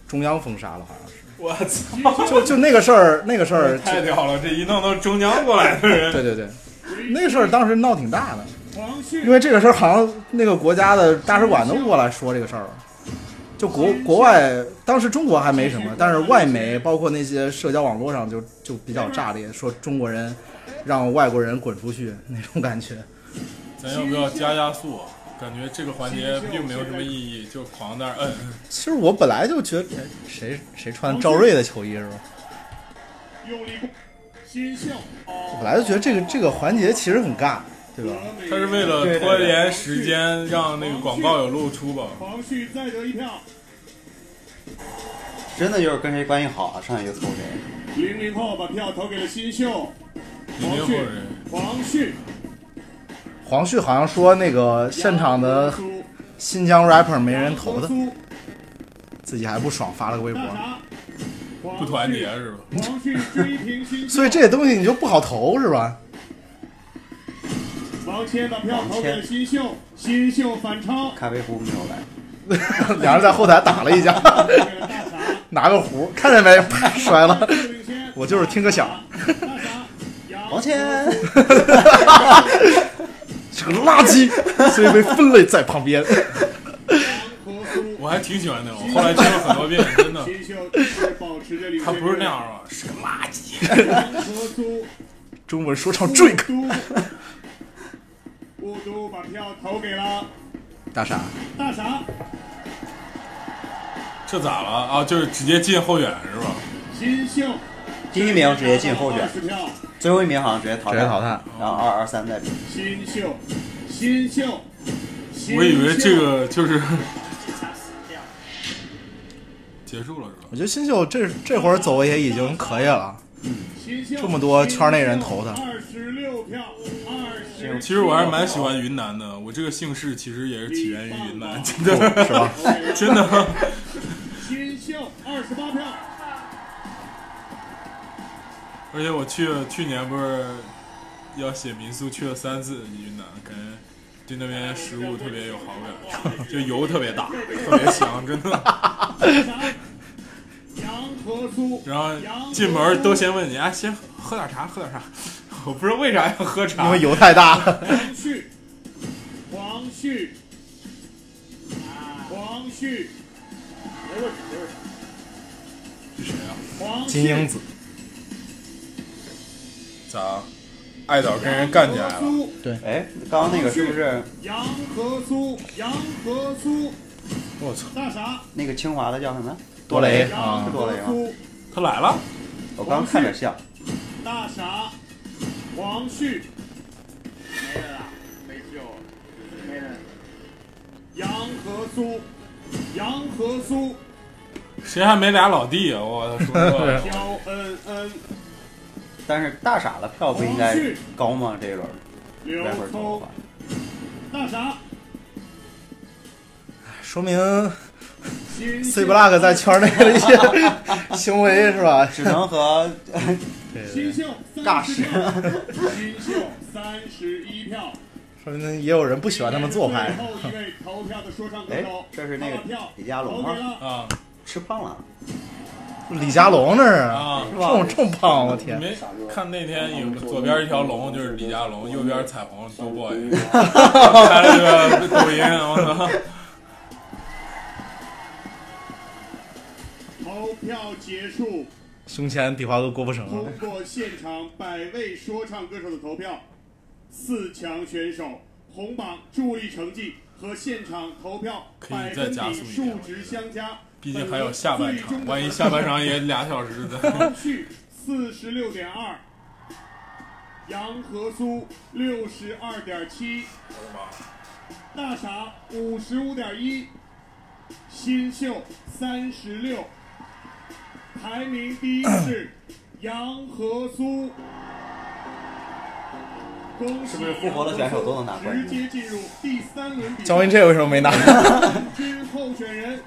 中央封杀了，好像是。
我操！
就就那个事儿，那个事儿
太屌了，这一弄都是中央过来的
*laughs*
人。
对对对，那个事儿当时闹挺大的，因为这个事儿好像那个国家的大使馆都过来说这个事儿了。就国国外当时中国还没什么，但是外媒包括那些社交网络上就就比较炸裂，说中国人让外国人滚出去那种感觉。
咱要不要加加速？啊感觉这个环节并没有什么意义，就狂在那儿摁。
其实我本来就觉得哎谁谁穿赵睿的球衣是吧？
用力过新秀
我本来就觉得这个这个环节其实很尬，对吧？
他是为了拖延时间，让那个广告有露出吧？
黄旭再得一票，
真的就是跟谁关系好，啊上去就凑谁。
零零后把票投给了新秀黄
零
旭
零后人，
黄旭
黄旭好像说那个现场的新疆 rapper 没人投他，自己还不爽，发了个微博。
不团结是吧？
黄旭追平新秀，
所以这东西你就不好投是吧？ *laughs*
王谦把票投给了新秀，新秀反超，
咖啡壶没有来，
两人在后台打了一架， *laughs*
*laughs*
拿个壶，看见没？啪摔了。我就是听个响，
王谦，
是个垃圾，所以被分类在旁边。
我还挺喜欢那种，后来听了很多遍，真的。
新秀一直保持着领
他
先
不是那样啊，是个垃圾。
和苏
中文说唱 Drake，
雾都把票投给了
大傻，
大傻，
这咋了啊？就是直接进后院是吧？
新秀
第一名直接进后选
二十，票，
最后一名好像直接淘汰，
直接淘汰，
然后二二三再比。
新秀新秀，新秀
我以为这个就是结束了是吧？
我觉得新秀这这会儿走也已经可以了，
新秀
这么多圈内人投他，
二十六票，二十，
其实我还是蛮喜欢云南的，我这个姓氏其实也是起源于云南，真
哦
的
是吧
*laughs* 真的。
新秀二十八票，
而且我去去年不是要写民宿，去了三次云南，感觉对那边食物特别有好感，就油特别大，特别香，真的。
杨和苏，
然后进门都先问你，哎，先喝点啥？喝点啥？我不知道为啥要喝茶，
因为油太大。
黄旭，黄旭，啊黄旭，没问题，没问题。谁啊？
金英子，
咋？爱导跟人干起来了？
对，
哎，刚刚那个是不是
啊杨和苏，杨和苏，
我操，
大傻，
那个清华的叫什么？
多雷
啊
是多雷吗？
他来了，
我刚看着像。
大傻，黄旭，没了，没救，没了。杨和苏，杨和苏，
谁还没俩老弟啊？我操，说错
*laughs*
了。
肖恩恩，
但是大傻的票不应该高吗？这一轮，
刘
待会儿
聪，大傻，
说明 C Block 在圈内的一些行为是吧？
只能和 *laughs*
新秀
尬
三
十
十票，新秀三十一票。
说明也有人不喜欢他们
*laughs*
做派
最。后一位投票的说唱歌
哎
手，，
这是那个
投票
李佳龙
投给了
吗？
啊，
吃胖了，
李佳龙那是
啊，
这么这么胖，我
你
天！
没 *laughs* 看那天有左边一条龙就是李佳龙，右边彩虹都 boy，开 *laughs* 了个抖音，我操！
投票结束，
胸前比划个郭富城啊
通，过现场百位说唱歌手的投票，四强选手红榜助力成绩和现场投票
可
百
以再
分
加
比
速一
数值相加，
毕竟 *laughs* 还有下半场，万一下半场也俩小时的
方，旭四十六点二，杨和苏六十二点七，大傻五十五点一，新秀三十六，排名第一是杨和苏。恭喜
是不是复活的选手都能拿冠军
直接进入第三轮比赛。*laughs*
赵云这为什么没拿 *laughs*
军候选人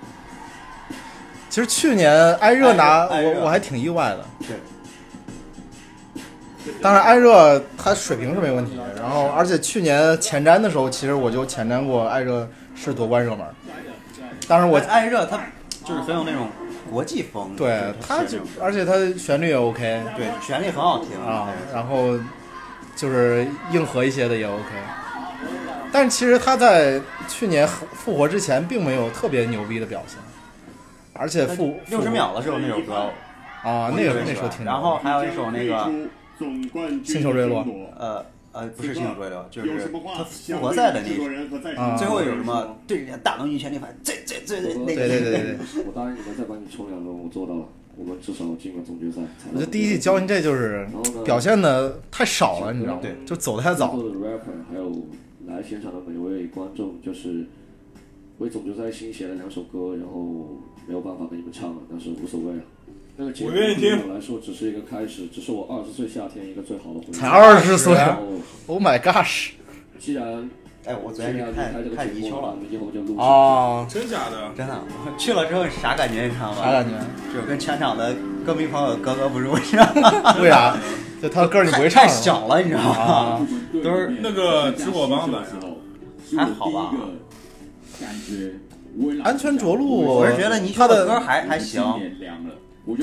其实去年艾热拿
艾热艾
我
热
我还挺意外的，
对，
当然艾热他水平是没问题，然后而且去年前瞻的时候，其实我就前瞻过艾热是夺冠热门，当时我
艾热他就是很有那种国际风，
对，他就而且他旋律也 OK，
对，旋律很好听
啊，然后就是硬核一些的也 OK，但是其实他在去年复活之前并没有特别牛逼的表现，而且复
六十秒的时候那首歌
啊，那个那时候挺牛的，
然后还有一首那个
总冠军
新手坠落
呃呃，不是新手坠落，就是他复
想
活
对
赛的那
制作人和
嗯
在场
一，最后有什么对人家大龙女全力反，这这这这那个，
我答应你们再帮你冲两轮，我做到了，我们至少进个总决赛。
我觉得第一季教你这就是表现的太少了，你知道吗？就走的太早
所。有的 rapper 还有来现场的每位观众，就是为总决赛新写了两首歌，然后没有办法给你们唱了，但是无所谓啊。那个节目
我愿意听
对我来说只是一个开始，只是我二十岁夏天一个最好的回忆。
才二十岁
然后
，Oh my gosh！
既然
*laughs* 哎，我昨天去看看泥鳅了，
以后就录
哦，
*laughs* 真假的？
真的，我去了之后是啥感觉你知道吗？
啥感觉？
就是跟全场的歌迷朋友格格不入，你知道吗？
*laughs*
*laughs*
为啥？啊就他的歌你不会唱啊
太小了，你知道 *laughs* 吗？
都是
那个直火帮啊版，
还好吧？
感觉
安全着陆，
我是觉得泥鳅的歌还还行，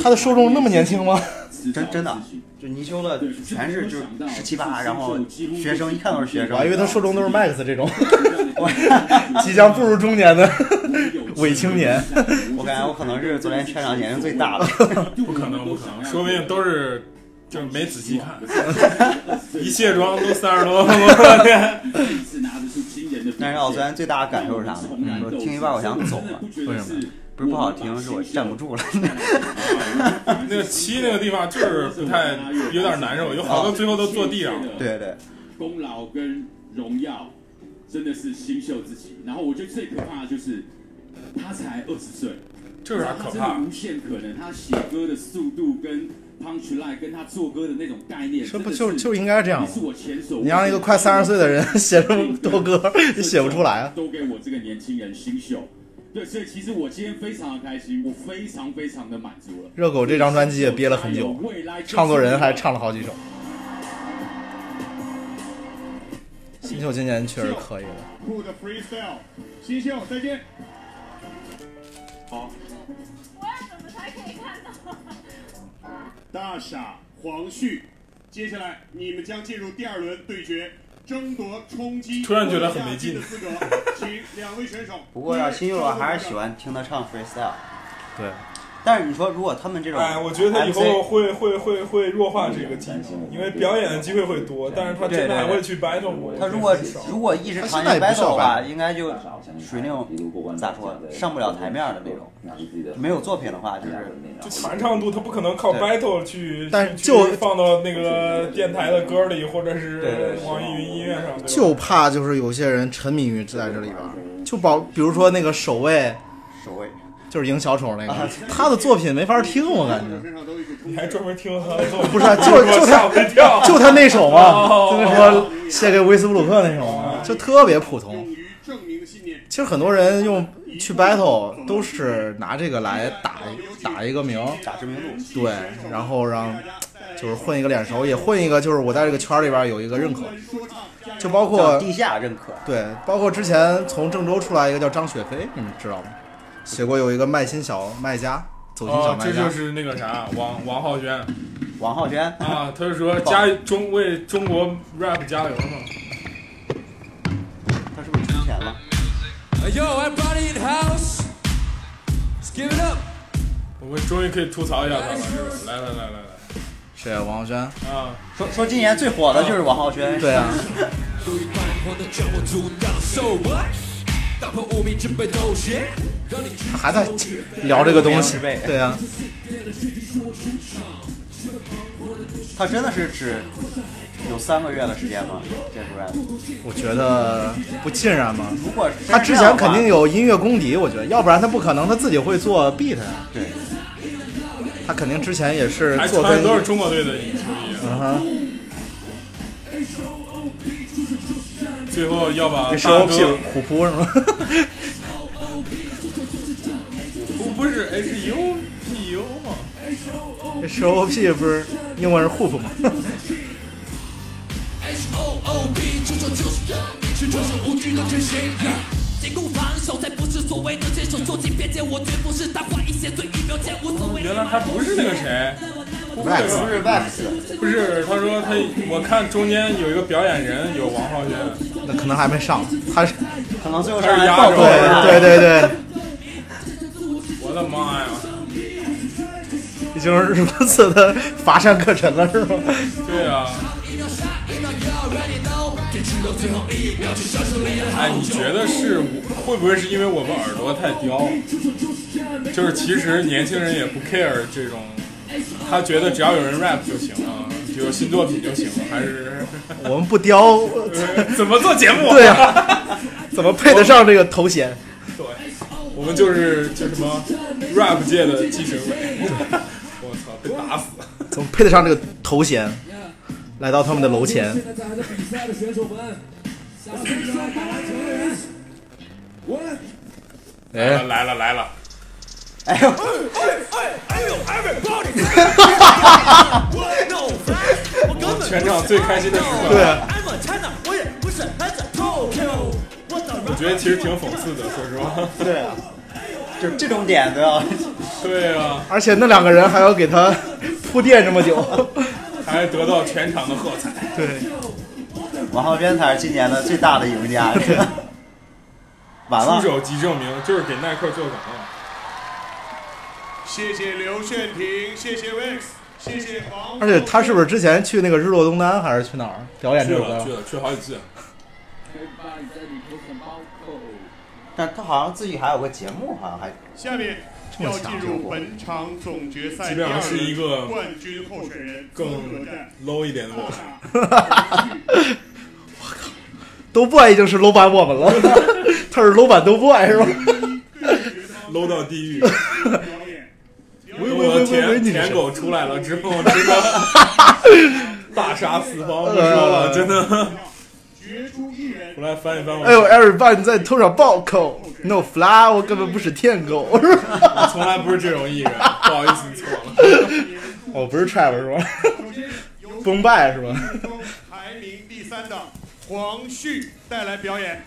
他的受众那么年轻吗？ *laughs*
真真的，就泥鳅的全是就是十七八，然后学生一看都是学生，
我还以为他受众都是 Max 这种即将步入中年的 *laughs* 伪青 *laughs* 年。
我感觉我可能是昨天全场年龄最大的，
*laughs* 不可能，不可能，说不定都是就是没仔细看，一卸妆都三十多了，我天！
但是我昨天最大的感受是啥呢？我听一半我想走
*laughs*
了，为什么？不是不好听，是我站
*laughs*
不住了。
那个七那个地方就是不太有点难受，有好多最后都坐地上了。
对对，
功劳跟荣耀真的是新秀自己。然后我觉得最可怕的就是他才二十岁，
这有啥
然
可怕
后他真的无限可能，他写歌的速度跟 punch line 跟他做歌的那种概念，
这
这
不就就应该这样吗
你是我前所未
你让一个快三十岁的人 *laughs* 写这么多歌， *laughs* 也写不出来啊！
都给我这个年轻人新秀。对，所以其实我今天非常的开心，我非常非常的满足了。
热狗这张专辑也憋了很久，唱作人还唱了好几首。新秀今年确实可以了，
酷的 freestyle，新秀再见。好。大傻黄旭，接下来你们将进入第二轮对决，争夺冲击
*laughs* 突然觉得很没劲
冠亚季的资格，请两位选手。
不过要新秀我还是喜欢听他唱 freestyle。
对，
但是你说如果他们这种，
哎，我觉得他以后会会会会弱化这个技
嗯
能，因为表演的机会会多，但是他真的还会去 battle 我。
他如果如果一直常年 battle 的话，应该就属于那种咋说上不了台面的那种，没有作品的话就是
就传唱度，他不可能靠
对
battle 去，
但
去
就
去放到那个电台的歌里，或
对
者
对
是
对
网易云音乐上。对吧
就怕就是有些人沉迷于在这里边儿，就保比如说那个守卫，
守卫
就是赢小丑那个，他的作品没法听，我感觉。
你还专门听他的作品，
不
*laughs*
是啊，就就
吓我一跳，
他就他那首嘛，就
哦
那说献给威斯布鲁克那首嘛，就特别普通。其实很多人用去 battle 都是拿这个来打打一个名，
打知名度，
对，然后让就是混一个脸熟，也混一个就是我在这个圈里边有一个认可，就包括
叫地下认可。
对，包括之前从郑州出来一个叫张雪飞，你们知道吗？写过有一个卖心小卖家，走心小
哦，
卖
这
家，
就是那个啥，王王浩轩，
王浩轩
啊，他是说加中为中国 rap 加油嘛。
他是不是出钱了？
Yo, everybody in the house, let's give it up.
我们终于可以吐槽一下他了，是吧？来来来来来，
谁啊？王浩轩
啊，
说说今年最火的就是王浩轩，
对啊，
路易泛黄的将我阻挡，So what？打破无名之辈头衔，让你知
还在聊这个东
*laughs*
西，对啊，
他真的是只有三个月的时间吗？这主任，
我觉得不尽然 *laughs* 嘛。
如果
他之前肯定有音乐功底，我觉得，要不然他不可能他自己会做 beat 啊。
对，
他肯定之前也是
还
做
穿
跟
的都是中国队的球衣，
嗯哼，
最后要把
给
大
蛇屁
哥
股虎扑是吗？
*laughs* 不不是 H U P U 吗？
这蛇屁不是英文是 hoop 吗？
H O O P，出手就是要命，去出手无惧的决心。坚固防守才不是所谓的坚守，捉紧边界，我绝不是昙花一现，最一秒间无所谓。
原来他不是那个谁
，Rex 不是
Rex，不是，他说他，我看中间有一个表演人有王浩轩，
那可能还没上，他是
可能最后
上来压轴
*laughs* 对对对
*laughs*
对，
我的妈呀！
已经是如此的乏善可陈了，是吗？
对啊，哎，你觉得是我会不会是因为我们耳朵太刁？就是其实年轻人也不 care 这种，他觉得只要有人 rap 就行了，有新作品就行了，
*laughs*
还是
我们不雕，
怎么做节目？
对啊，怎么配得上这个头衔？
对， *laughs* 我们就是就什么 rap 界的纪学委， *laughs* 我操，被打死！
怎么配得上这个头衔？来到他们的楼前，
现在还在比赛的选手们，想参加打篮球的人，我
来呃了来了来了，
哎呦！
全场最开心的时刻。
对
啊，
I'm a China，我也不是来自 Tokyo。我的
我觉得其实挺讽刺的，说实话。
对啊，就是这种点都要。
对啊，
而且那两个人还要给他铺垫这么久，
还得到全场的喝彩。
对，
王浩轩才是今年的最大的赢家，这个完了
出。手即证明，就是给耐克做广告。
谢谢刘炫廷，谢谢 Rex，谢谢黄。
而且他是不是之前去那个日落东单还是去哪儿表演
去
这首
了去
*laughs* 歌？
了去了好几次，
但他好像自己还有个节目，好像还
下面要进入本场总决赛第
基本
二
上是一个
轮冠军候选人
更
资格战。
low 一
*laughs*
点的我。
都不爱已经是楼板我们了，他是楼板都不爱是吧？
low 到地狱。
喂喂
我
喂喂喂，
舔
你是
舔
谁？
狗出来了之后，真的 *laughs* 大杀四
*laughs*
方，不说了，真的。 *laughs* 我来翻一翻我，
呃哎呦，everybody 在头上暴扣，no fly，我根本不是舔狗， *laughs*
我 *laughs* 从来不是这种 *laughs* 艺人，不好意思，你错了。
我不是 trap 是吧？崩败是吧？
排名第三的黄旭带来表演。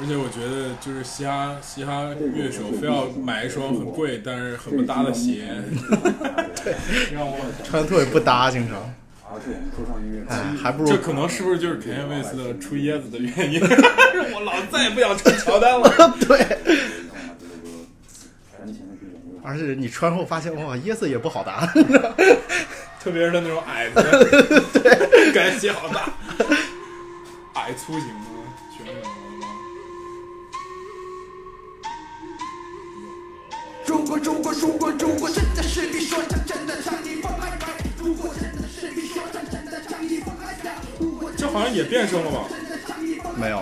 而且我觉得，就是嘻哈嘻哈乐手非要买一双很贵但是很不搭的 *laughs* 鞋，让我
穿得特别不搭，经常。哎，还不如
这可能是不是就是肯耶·卫斯的出椰子的原因？ *laughs* 我老再也不想穿乔丹了。
*laughs* 对。而且你穿后发现，哇，椰子也不好搭。 *laughs*
特别是他那种矮子，对，感觉好大，矮粗型的选手，我的妈！
中国，中国，中国，中国，真的是你说唱，真的唱你放爱白。如果真的是你说唱，真的唱你放爱白。
这好像也变声了吧？
没有，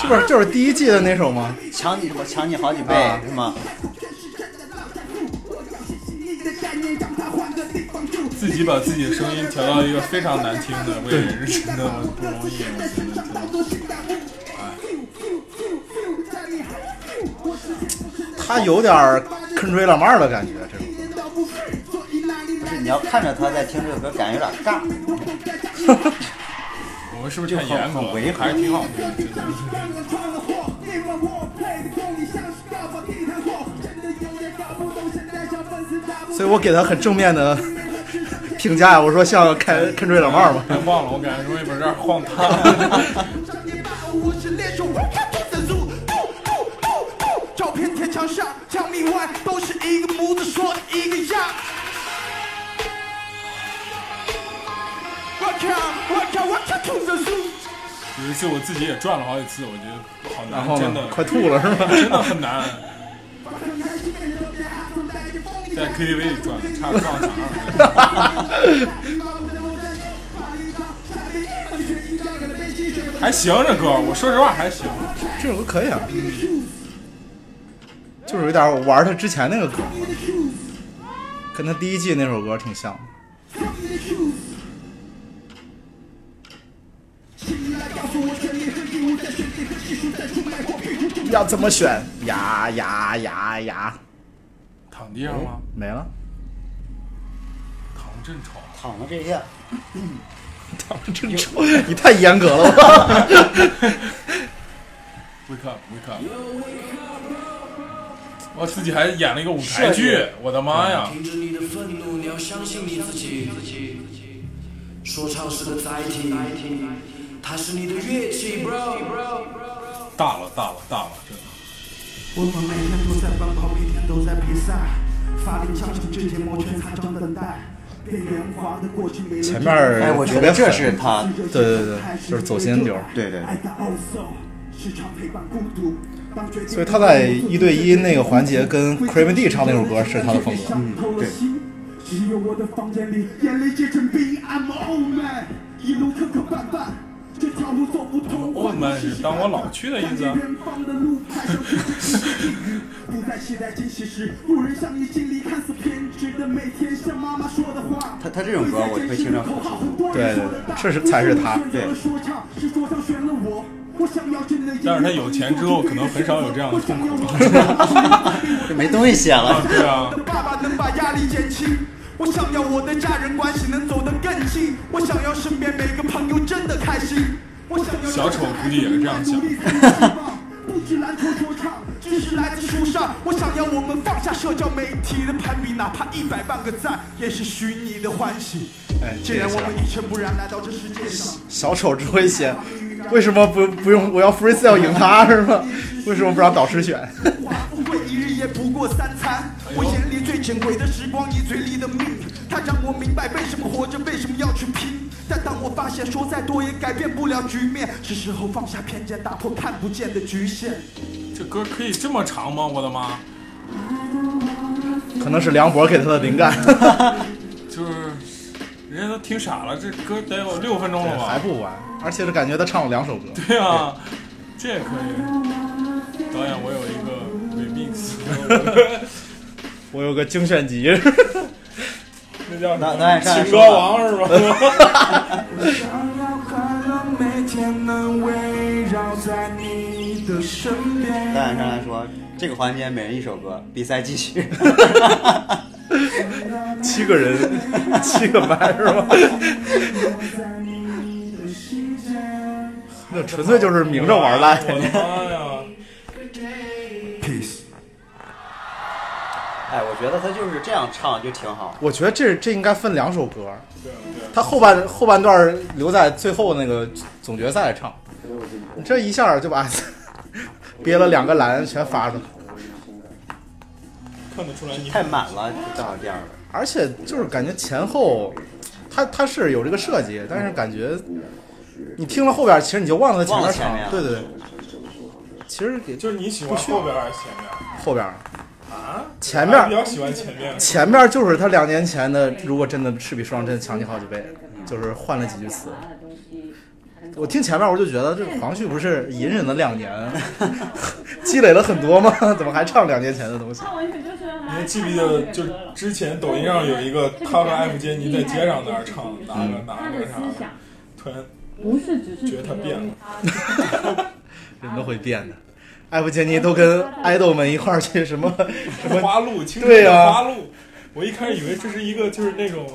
这不是就是第一季的那首吗？
抢你，我抢你好几倍、
啊
是吗？
自己把自己的声音调到一个非常难听的位置，是真的不容易。我觉得真的，
他有点儿 country Lamar 的感觉，这种
不是，你要看着他在听这个歌，感觉有点尬。
我们是不是太严格
很违
了？
和
还是挺好听的，真的。
所以我给他很正面的评价呀，我说像看 country Lamar 嘛。
哎忘了，我感觉容易把这儿晃大了。
我是猎手。另外都是一个模子说的一个样。Welcome, welcome, welcome to the zoo。
有一次我自己也转了好几次，我觉得好
然
难，
后
真
呢
的，
快吐了是吧？
*laughs* 真的很难，在 KTV 里转，差点撞墙上。还行，这歌我说实话还行。
这首歌可以啊，就是有点玩他之前那个歌，跟他第一季那首歌挺像的。要怎么选？呀呀呀呀！
躺地上吗？
没了，
躺真吵，
躺着这些，
真丑！你太严格了吧？
Wake up, wake up！我自己还演了一个舞台剧，我的妈
嗯
呀！
停止你的愤怒，你要相信你自己。说唱是个载体，它是你的乐器，bro。
大了，大了，大了！真的
我们每天都在奔跑，每天都在比赛，法令枪声之前摩拳擦掌等待。边缘滑的过去没人
前面儿
哎，我觉
特别
得这
狠
是他，
对对对，就是走心流。
对对对，
所以他在一对一那个环节跟 c r a v e n D 唱那首歌是他的风格。嗯，对。
只有我的房间里，眼泪结成冰，I'm old man，一路磕磕绊绊，这条路走不通。
我们是当我老去的意思啊。
远方的路太少 *laughs* 不再期待惊喜时，路人向你经历，看似偏执的每天像妈妈说的话。
他他这种歌我会听着很舒服。
对对对，这是才是他。
对，
但是他有钱之后，可能很少有这样
*laughs*
的痛苦。
这没东西写了。
对啊，
爸爸能把压力减轻。我想要我的家人关系能走得更近，我想要身边每个朋友真的开心。我想要
小丑估计也是这样想。
不止篮球说唱，知识来自书上。我想要我们放下社交媒体的攀比，哪怕一百万个赞，也是虚拟的欢喜。
哎，
既然我们一尘不染来到这世界上，
小丑只会写，为什么不不用我要 freestyle 赢他是吗？为什么不让导师选？
富贵一日也不过三餐。我眼里最珍贵的时光，你嘴里的命，它让我明白为什么活着，为什么要去拼。但当我发现说再多也改变不了局面，是时候放下偏见，打破看不见的局限。
这歌可以这么长吗？我的妈！
可能是梁博给他的灵 *laughs* 感。
就是人家都听傻了，这歌得有六分钟了吧？
还不完，而且是感觉他唱了两首歌。
对啊，这也可以。导演，我有一个 remix，
我有个精选集， *laughs*
那叫什
那
么？
那看
情歌王
*laughs*
是吧？
我想要快乐每天能围绕在你的身边。
大眼上来说，这个环节每人一首歌，比赛继续。
七个人，七个麦是吧？ *laughs* 那纯粹就是明着玩赖。
我的妈哎呀！啊
Peace。
哎，我觉得他就是这样唱就挺好。
我觉得这这应该分两首歌，
啊
他后半后半段留在最后那个总决赛唱，这一下就把 *laughs* 憋了两个蓝全发出来，
看得出来你
太满了，正好这样的。
而且就是感觉前后，他他是有这个设计，但是感觉你听了后边，其实你就忘了他前面
忘了前面
唱，
了
对对对，其实也
就是你喜欢后边还是前面？
后边
啊？
前面
我比较喜欢前面。
前面就是他两年前的，如果真的是比双真强你好几倍，就是换了几句词。我听前面我就觉得这黄旭不是隐忍了两年， *laughs* 积累了很多吗？ *laughs* 怎么还唱两年前的东西？ *laughs*
你还记不记得，就之前抖音上有一个他和艾弗杰尼在街上在那儿唱，拿个拿个啥，突然
不是只
觉得他变了。
人都会变的。艾弗杰尼都跟爱豆们一块儿去什么什么
花路，青春
对呀、啊
的花路。我一开始以为这是一个就是那种，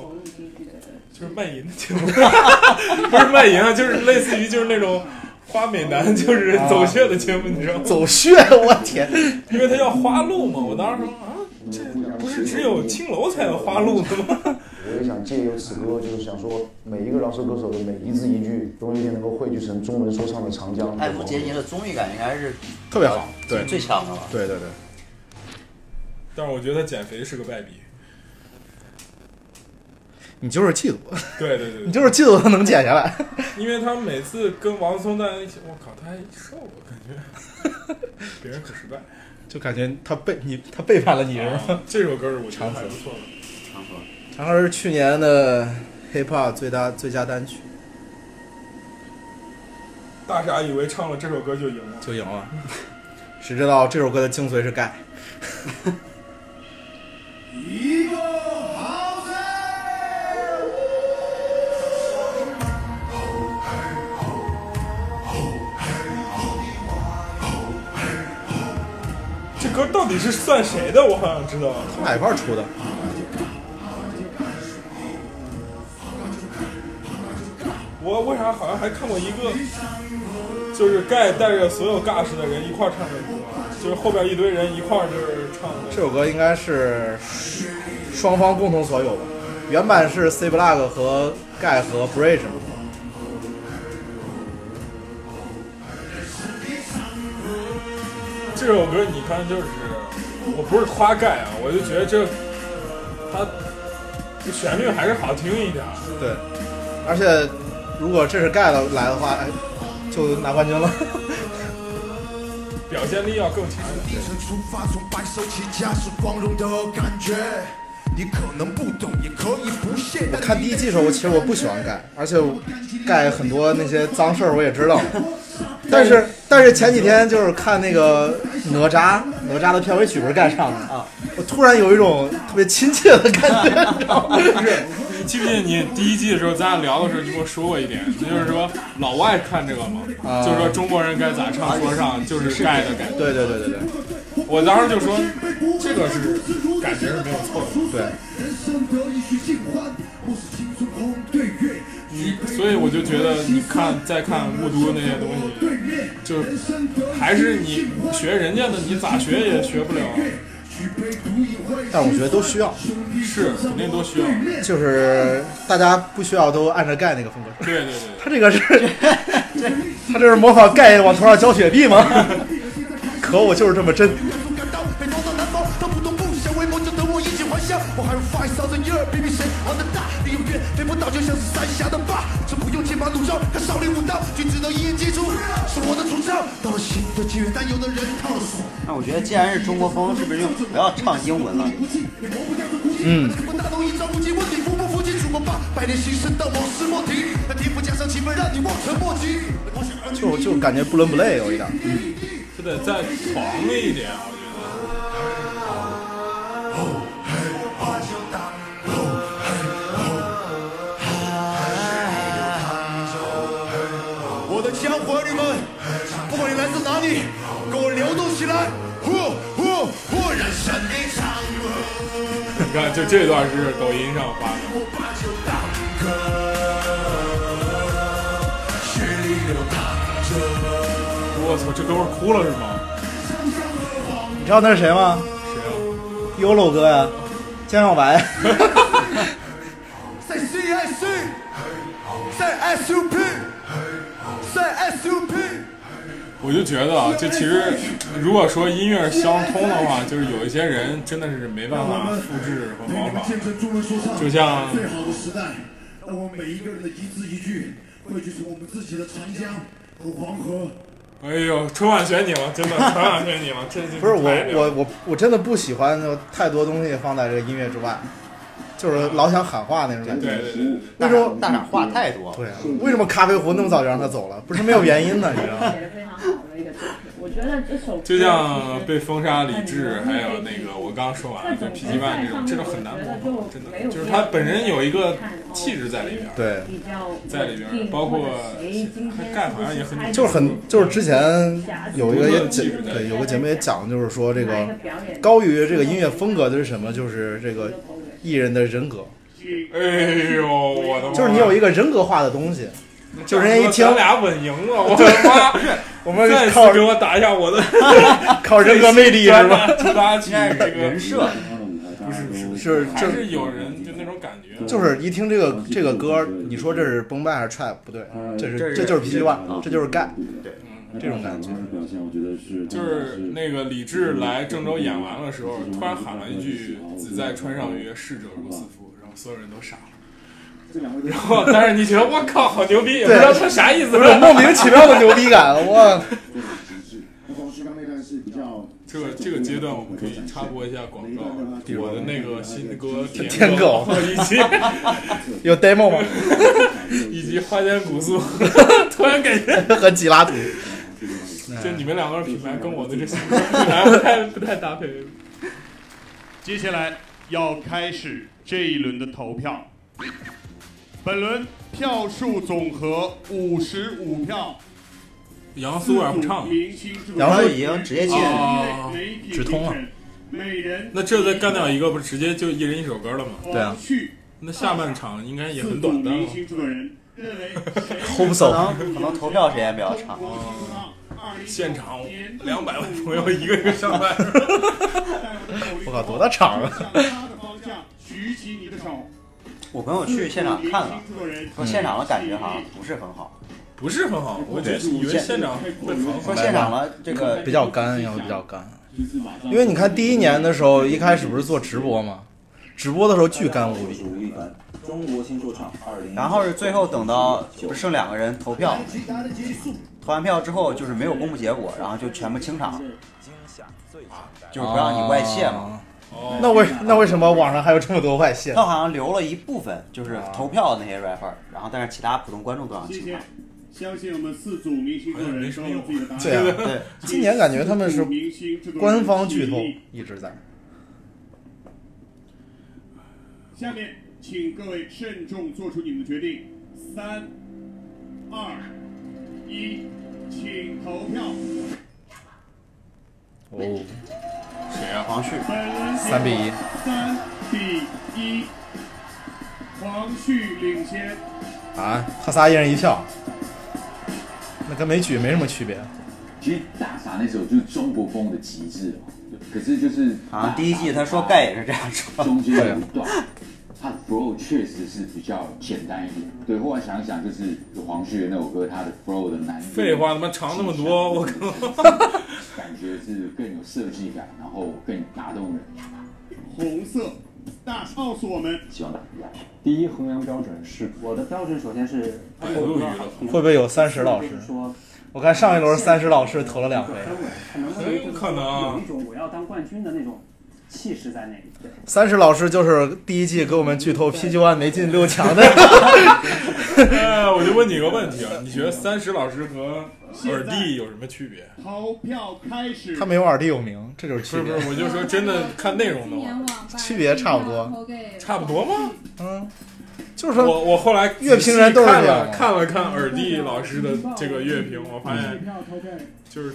就是卖淫的节目， *laughs* 不是卖淫啊，就是类似于就是那种花美男，就是走穴的节目，你知道吗？
哦走穴，我天！
因为它叫花路嘛，我当时说啊，这不是只有青楼才有花路的吗？ *laughs*
我也想借由此歌，就是想说，每一个饶舌歌手的每一字一句，总有一天能够汇聚成中文说唱的长江。
艾弗杰尼的综艺感应该是
特别好，
对最强的了。
对对对，
但是我觉得减肥是个败笔。
你就是嫉妒，
对对对
*laughs*
对
你就是嫉妒他能减下来。
因为他每次跟王松在一起，我靠，他还瘦了，感觉 *laughs* 别人可失败。
*laughs* 就感觉他背你，他背叛了你是
啊
吗？
这首歌我觉得
哦长
还
河
不，错的，长河。
长河是去年的 hip hop 最大最佳单曲，
大傻以为唱了这首歌就赢了，
就赢了。只知道这首歌的精髓是盖。
一个好字。
这歌到底是算谁的？我好想知道。
他们俩一块儿出的。
我为啥好像还看过一个，就是盖带着所有尬士的人一块儿唱的歌，啊就是后边一堆人一块儿就是唱的。
这首歌应该是双方共同所有吧。原版是 C Block 和盖和 Bridge 嘛。
这首歌你看就是，我不是夸盖啊，我就觉得这它这旋律还是好听一点儿。
对，而且如果这是盖的来的话，哎就拿冠军了。
表现力要更强一
一生出发，从白手起家是光荣的感觉。你可能不懂，也可以不屑。
我看第一季的时候，其实我不喜欢盖，而且我盖很多那些脏事儿我也知道。但是但是前几天就是看那个哪吒，哪吒的片尾曲不是盖唱的啊，我突然有一种特别亲切的感觉，你知道吗？
就是你记不记得你第一季的时候，咱俩聊的时候，你跟我说过一点，就是说老外看这个嘛，
啊
就是说中国人该咋唱说唱，就是盖的感觉。
对对对对对，
我当时就说这个是感觉是没有错的。
对。
你，所以我就觉得，你看再看雾都那些东西，就是还是你学人家的，你咋学也学不了。
但我觉得都需要，
是肯定都需要。
就是大家不需要都按着盖那个风格。
对对对，
他这个是，他这是模仿盖往头上浇雪碧吗？可我就是这么真。
北方到南方，他不懂不想为梦想的我衣锦还乡。我还有 five thousand year，比比谁熬得大。你永远飞不到，就像是三峡的坝。这不用剑拔弩张，看少林武道，君子的一言既出，是我的主张。到了新的纪元，但有的人套了锁。
那我觉得，既然是中国风，是不是就不要唱英文了？
嗯。大东一张无极，问你服不服气？楚国霸，百年兴盛到往事莫提。那天赋加上气氛，让你望尘莫及。
就就感觉不伦不类有一点。
就得再狂烈一点，啊我觉得。
我的江湖儿女们，不管你来自哪里，跟我流动起来。呼呼呼！人生一场梦。
你看，就这段是抖音上发的。
我把酒当歌，血里流淌着。
我操，这哥们儿哭了是吗？
你知道那是谁吗？谁啊？Yolo 哥呀，江小白。 *laughs*
在 CIC，在 SUP，在 SUP。
我就觉得啊，就其实如果说音乐相通的话，就是有一些人真的是没办法复制和模仿。就像
最好的时代，让我们每一个人的一字一句汇聚成我们自己的长江和黄河。
哎呦，春晚选你了，真的， *laughs* 春晚选你了，这这
不是我
太牛了
我我我真的不喜欢有太多东西放在这个音乐之外，就是老想喊话那种感觉。
对对对，
为什么
大傻话太多
对啊，为什么咖啡壶那么早就让他走了？不是没有原因的， *laughs* 你知道吗？
我觉得这首歌
就像被封杀李志，还有那个我刚刚说完了，就皮 g 曼这种，这种很难模仿，真的，就是他本人有一个气质在里边，
对，
在里边，包括盖好像也很
就是很就是之前有一个也
记
讲
住的
对有个节目也讲，就是说这个高于这个音乐风格的是什么？就是这个艺人的人格，
哎呦，我的妈！
就是你有一个人格化的东 *laughs* 西，就是人家一听
咱俩稳赢了，我的妈！
*laughs* 我们
再
靠
次给我打一下我的
靠 *laughs* 人格魅力是吧
*laughs* 出发
*laughs*
去这个
人
啊
设
不是不是不
是
还
就是
有人就那种感觉，
就是一听这个这个歌，你说这是崩败还是 trap？不对，这是
这是
这就是 PG One，
啊
这就是 g a
对，
嗯
这种感觉。
表现我觉得是
就是那个李志来郑州演完的时候，突然喊了一句“子在川上曰逝者如斯夫”，然后所有人都傻
*laughs*
了。然后，但是你觉得我靠，好牛逼，也不知道他啥意思，
不是莫名其妙的牛逼感，我。
这个这个阶段，我们可以插播一下广告，我的那个新歌《
舔狗
以及
*laughs* 有 demo 吗？ *laughs*
以及花间古素，突然感觉
和吉拉图，
就你们两个人品牌跟我的这新
*laughs*
歌品牌不太不太搭配。
接下来要开始这一轮的投票，本轮票数总和五十五票。
杨苏尔不唱了
杨
苏已经直接进啊
哦
直通了。
每人
那这再干掉一个，不是直接就一人一首歌了吗？
对啊。
那下半场应该也很短啊暂了。
偷不可能可能投票时间比较长。
现场两百位朋友一个一个上麦。
我靠，多大场啊！
*laughs*
举起你的手。
我朋友去现场看了，说现场的感觉好像不是很好，
*laughs* 不是很好。我觉得以为现场会防
说现场的这个
比较干，要比较干。因为你看第一年的时候，一开始不是做直播嘛，直播的时候巨干无比。
中国新说唱二零，然后是最后等到不是剩两个人投票，投完票之后就是没有公布结果，然后就全部清场，就是不让你外泄
哦
嘛。哦
那为那为什么网上还有这么多外泄？
他好像留了一部分，就是投票的那些 rapper，然后但是其他普通观众都让
谢
清
谢
场。，
相信我们四组明星制
哎
作人都有自己的答案。
*laughs*
对啊，今年感觉他们是官方剧透一直在。
下面，请各位慎重做出你们的决定。三、二、一，请投票。
哦，
谁啊？
黄旭
三比一。
三比一，黄旭领先。
啊，他仨一人一票，那跟没举没什么区别。
其实大傻那首就是中国风的极致哦，可是就是
好像第一季他说盖也是这样说，
中间有一段，他的 flow 确实是比较简单一点。对，后来想一想，就是黄旭的那首歌，他的 flow 的难度，
废话，他妈长那么多，我靠！
感觉是更有设计感，然后更打动人。
红色，大告诉我们。
希望大家
第一衡量标准是我的标准，首先是
会不会有三十老师？我看上一轮三十老师投了两回，
可能会有一种
可能啊
有一种我要当冠军的那种气势在那里。对
三十老师就是第一季给我们剧透 PG One 没进六强的。
哎，我就问你个问题啊，你觉得三十老师和耳帝有什么区别？
投票开始。
他没有耳帝有名，这就是
不
区
是不
别。
是，我就说真的
*laughs*
看内容的话，
区别差不多，
差不多吗？
嗯，就是说
我我后来
乐评人都是
看
这样
了
嘛
看了看耳帝老师的这个乐评，我发现就是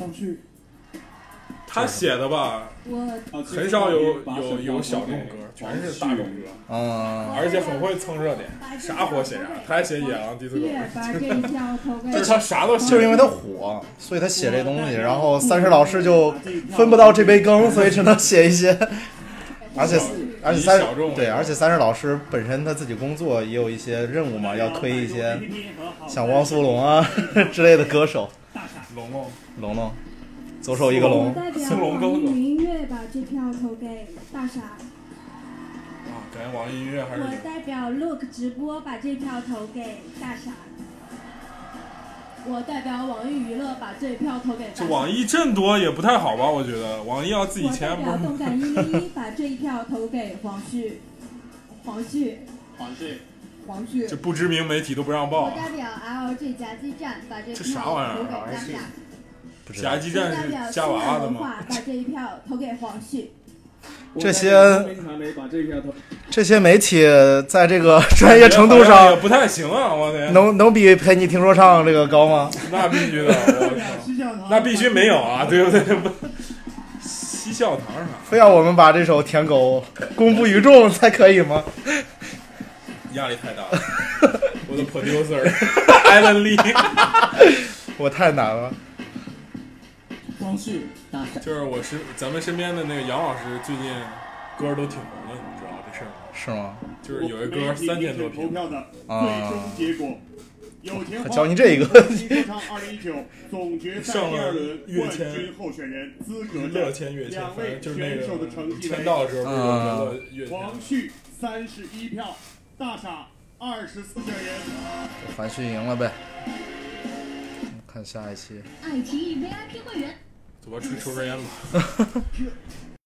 他写的吧，
我
很少有
啊
有有小众歌，全是大众歌，
嗯，
而且很会蹭热点，啥火写啥，他还写野狼迪斯科，
就
*laughs* 就是是他啥都写，
就是因为他火，所以他写这东西。然后三十老师就分不到这杯羹，所以只能写一些。而且而且三
以小众
对，而且三十老师本身他自己工作也有一些任务嘛，要推一些像汪苏泷啊 *laughs* 之类的歌手。
龙啊
龙
龙
龙，左手一个龙，
代表网易云音乐把这票投给大傻，
啊，感觉网易音乐还是
我代表 Look 直播把这票投给大傻，我代表网易娱乐把这票投给大
这
傻，
网易挣多也不太好吧？我觉得网易要自己钱
我代
不
表
是
动感一零
*laughs*
一把这一票投给黄旭，黄旭，
黄旭，
黄旭
这不知名媒体都不让报
我，代表 LG 夹击战把这
这啥玩
票
意
投
儿啊
给大傻，
夹击战
我代表
是
新
夹娃娃
浪
的
文
吗？
化把这一票投给黄旭。
这些这些媒体在这个 *laughs* 专业程度
好像也
上
不太行啊，我天，
能能比陪你听说唱这个高吗？
那必须的，我操那必须没有啊，对不对？不西校堂啥？
非要我们把这首《舔狗》公布于众才可以吗？
压力太大 *laughs* 了，我的 producer *laughs* Alan Lee，
我太难了。
光绪大
*laughs* 就是我是咱们身边的那个杨老师，最近歌都挺红的，你知道这事儿吗？
是吗？
就是有一歌三千多
投
评，啊
票的最终结果，
友情
教你这个
二零一九总决赛第二轮冠军候选人资格
乐天跃迁
两
反
位
正就是那
选手的成
个
绩为啊
签到的时候不是有这个跃迁
黄旭三十一票，大傻二十四个人。
樊旭赢了呗。看下一期，
爱奇艺 VIP 会员。
走吧，去抽根烟吧。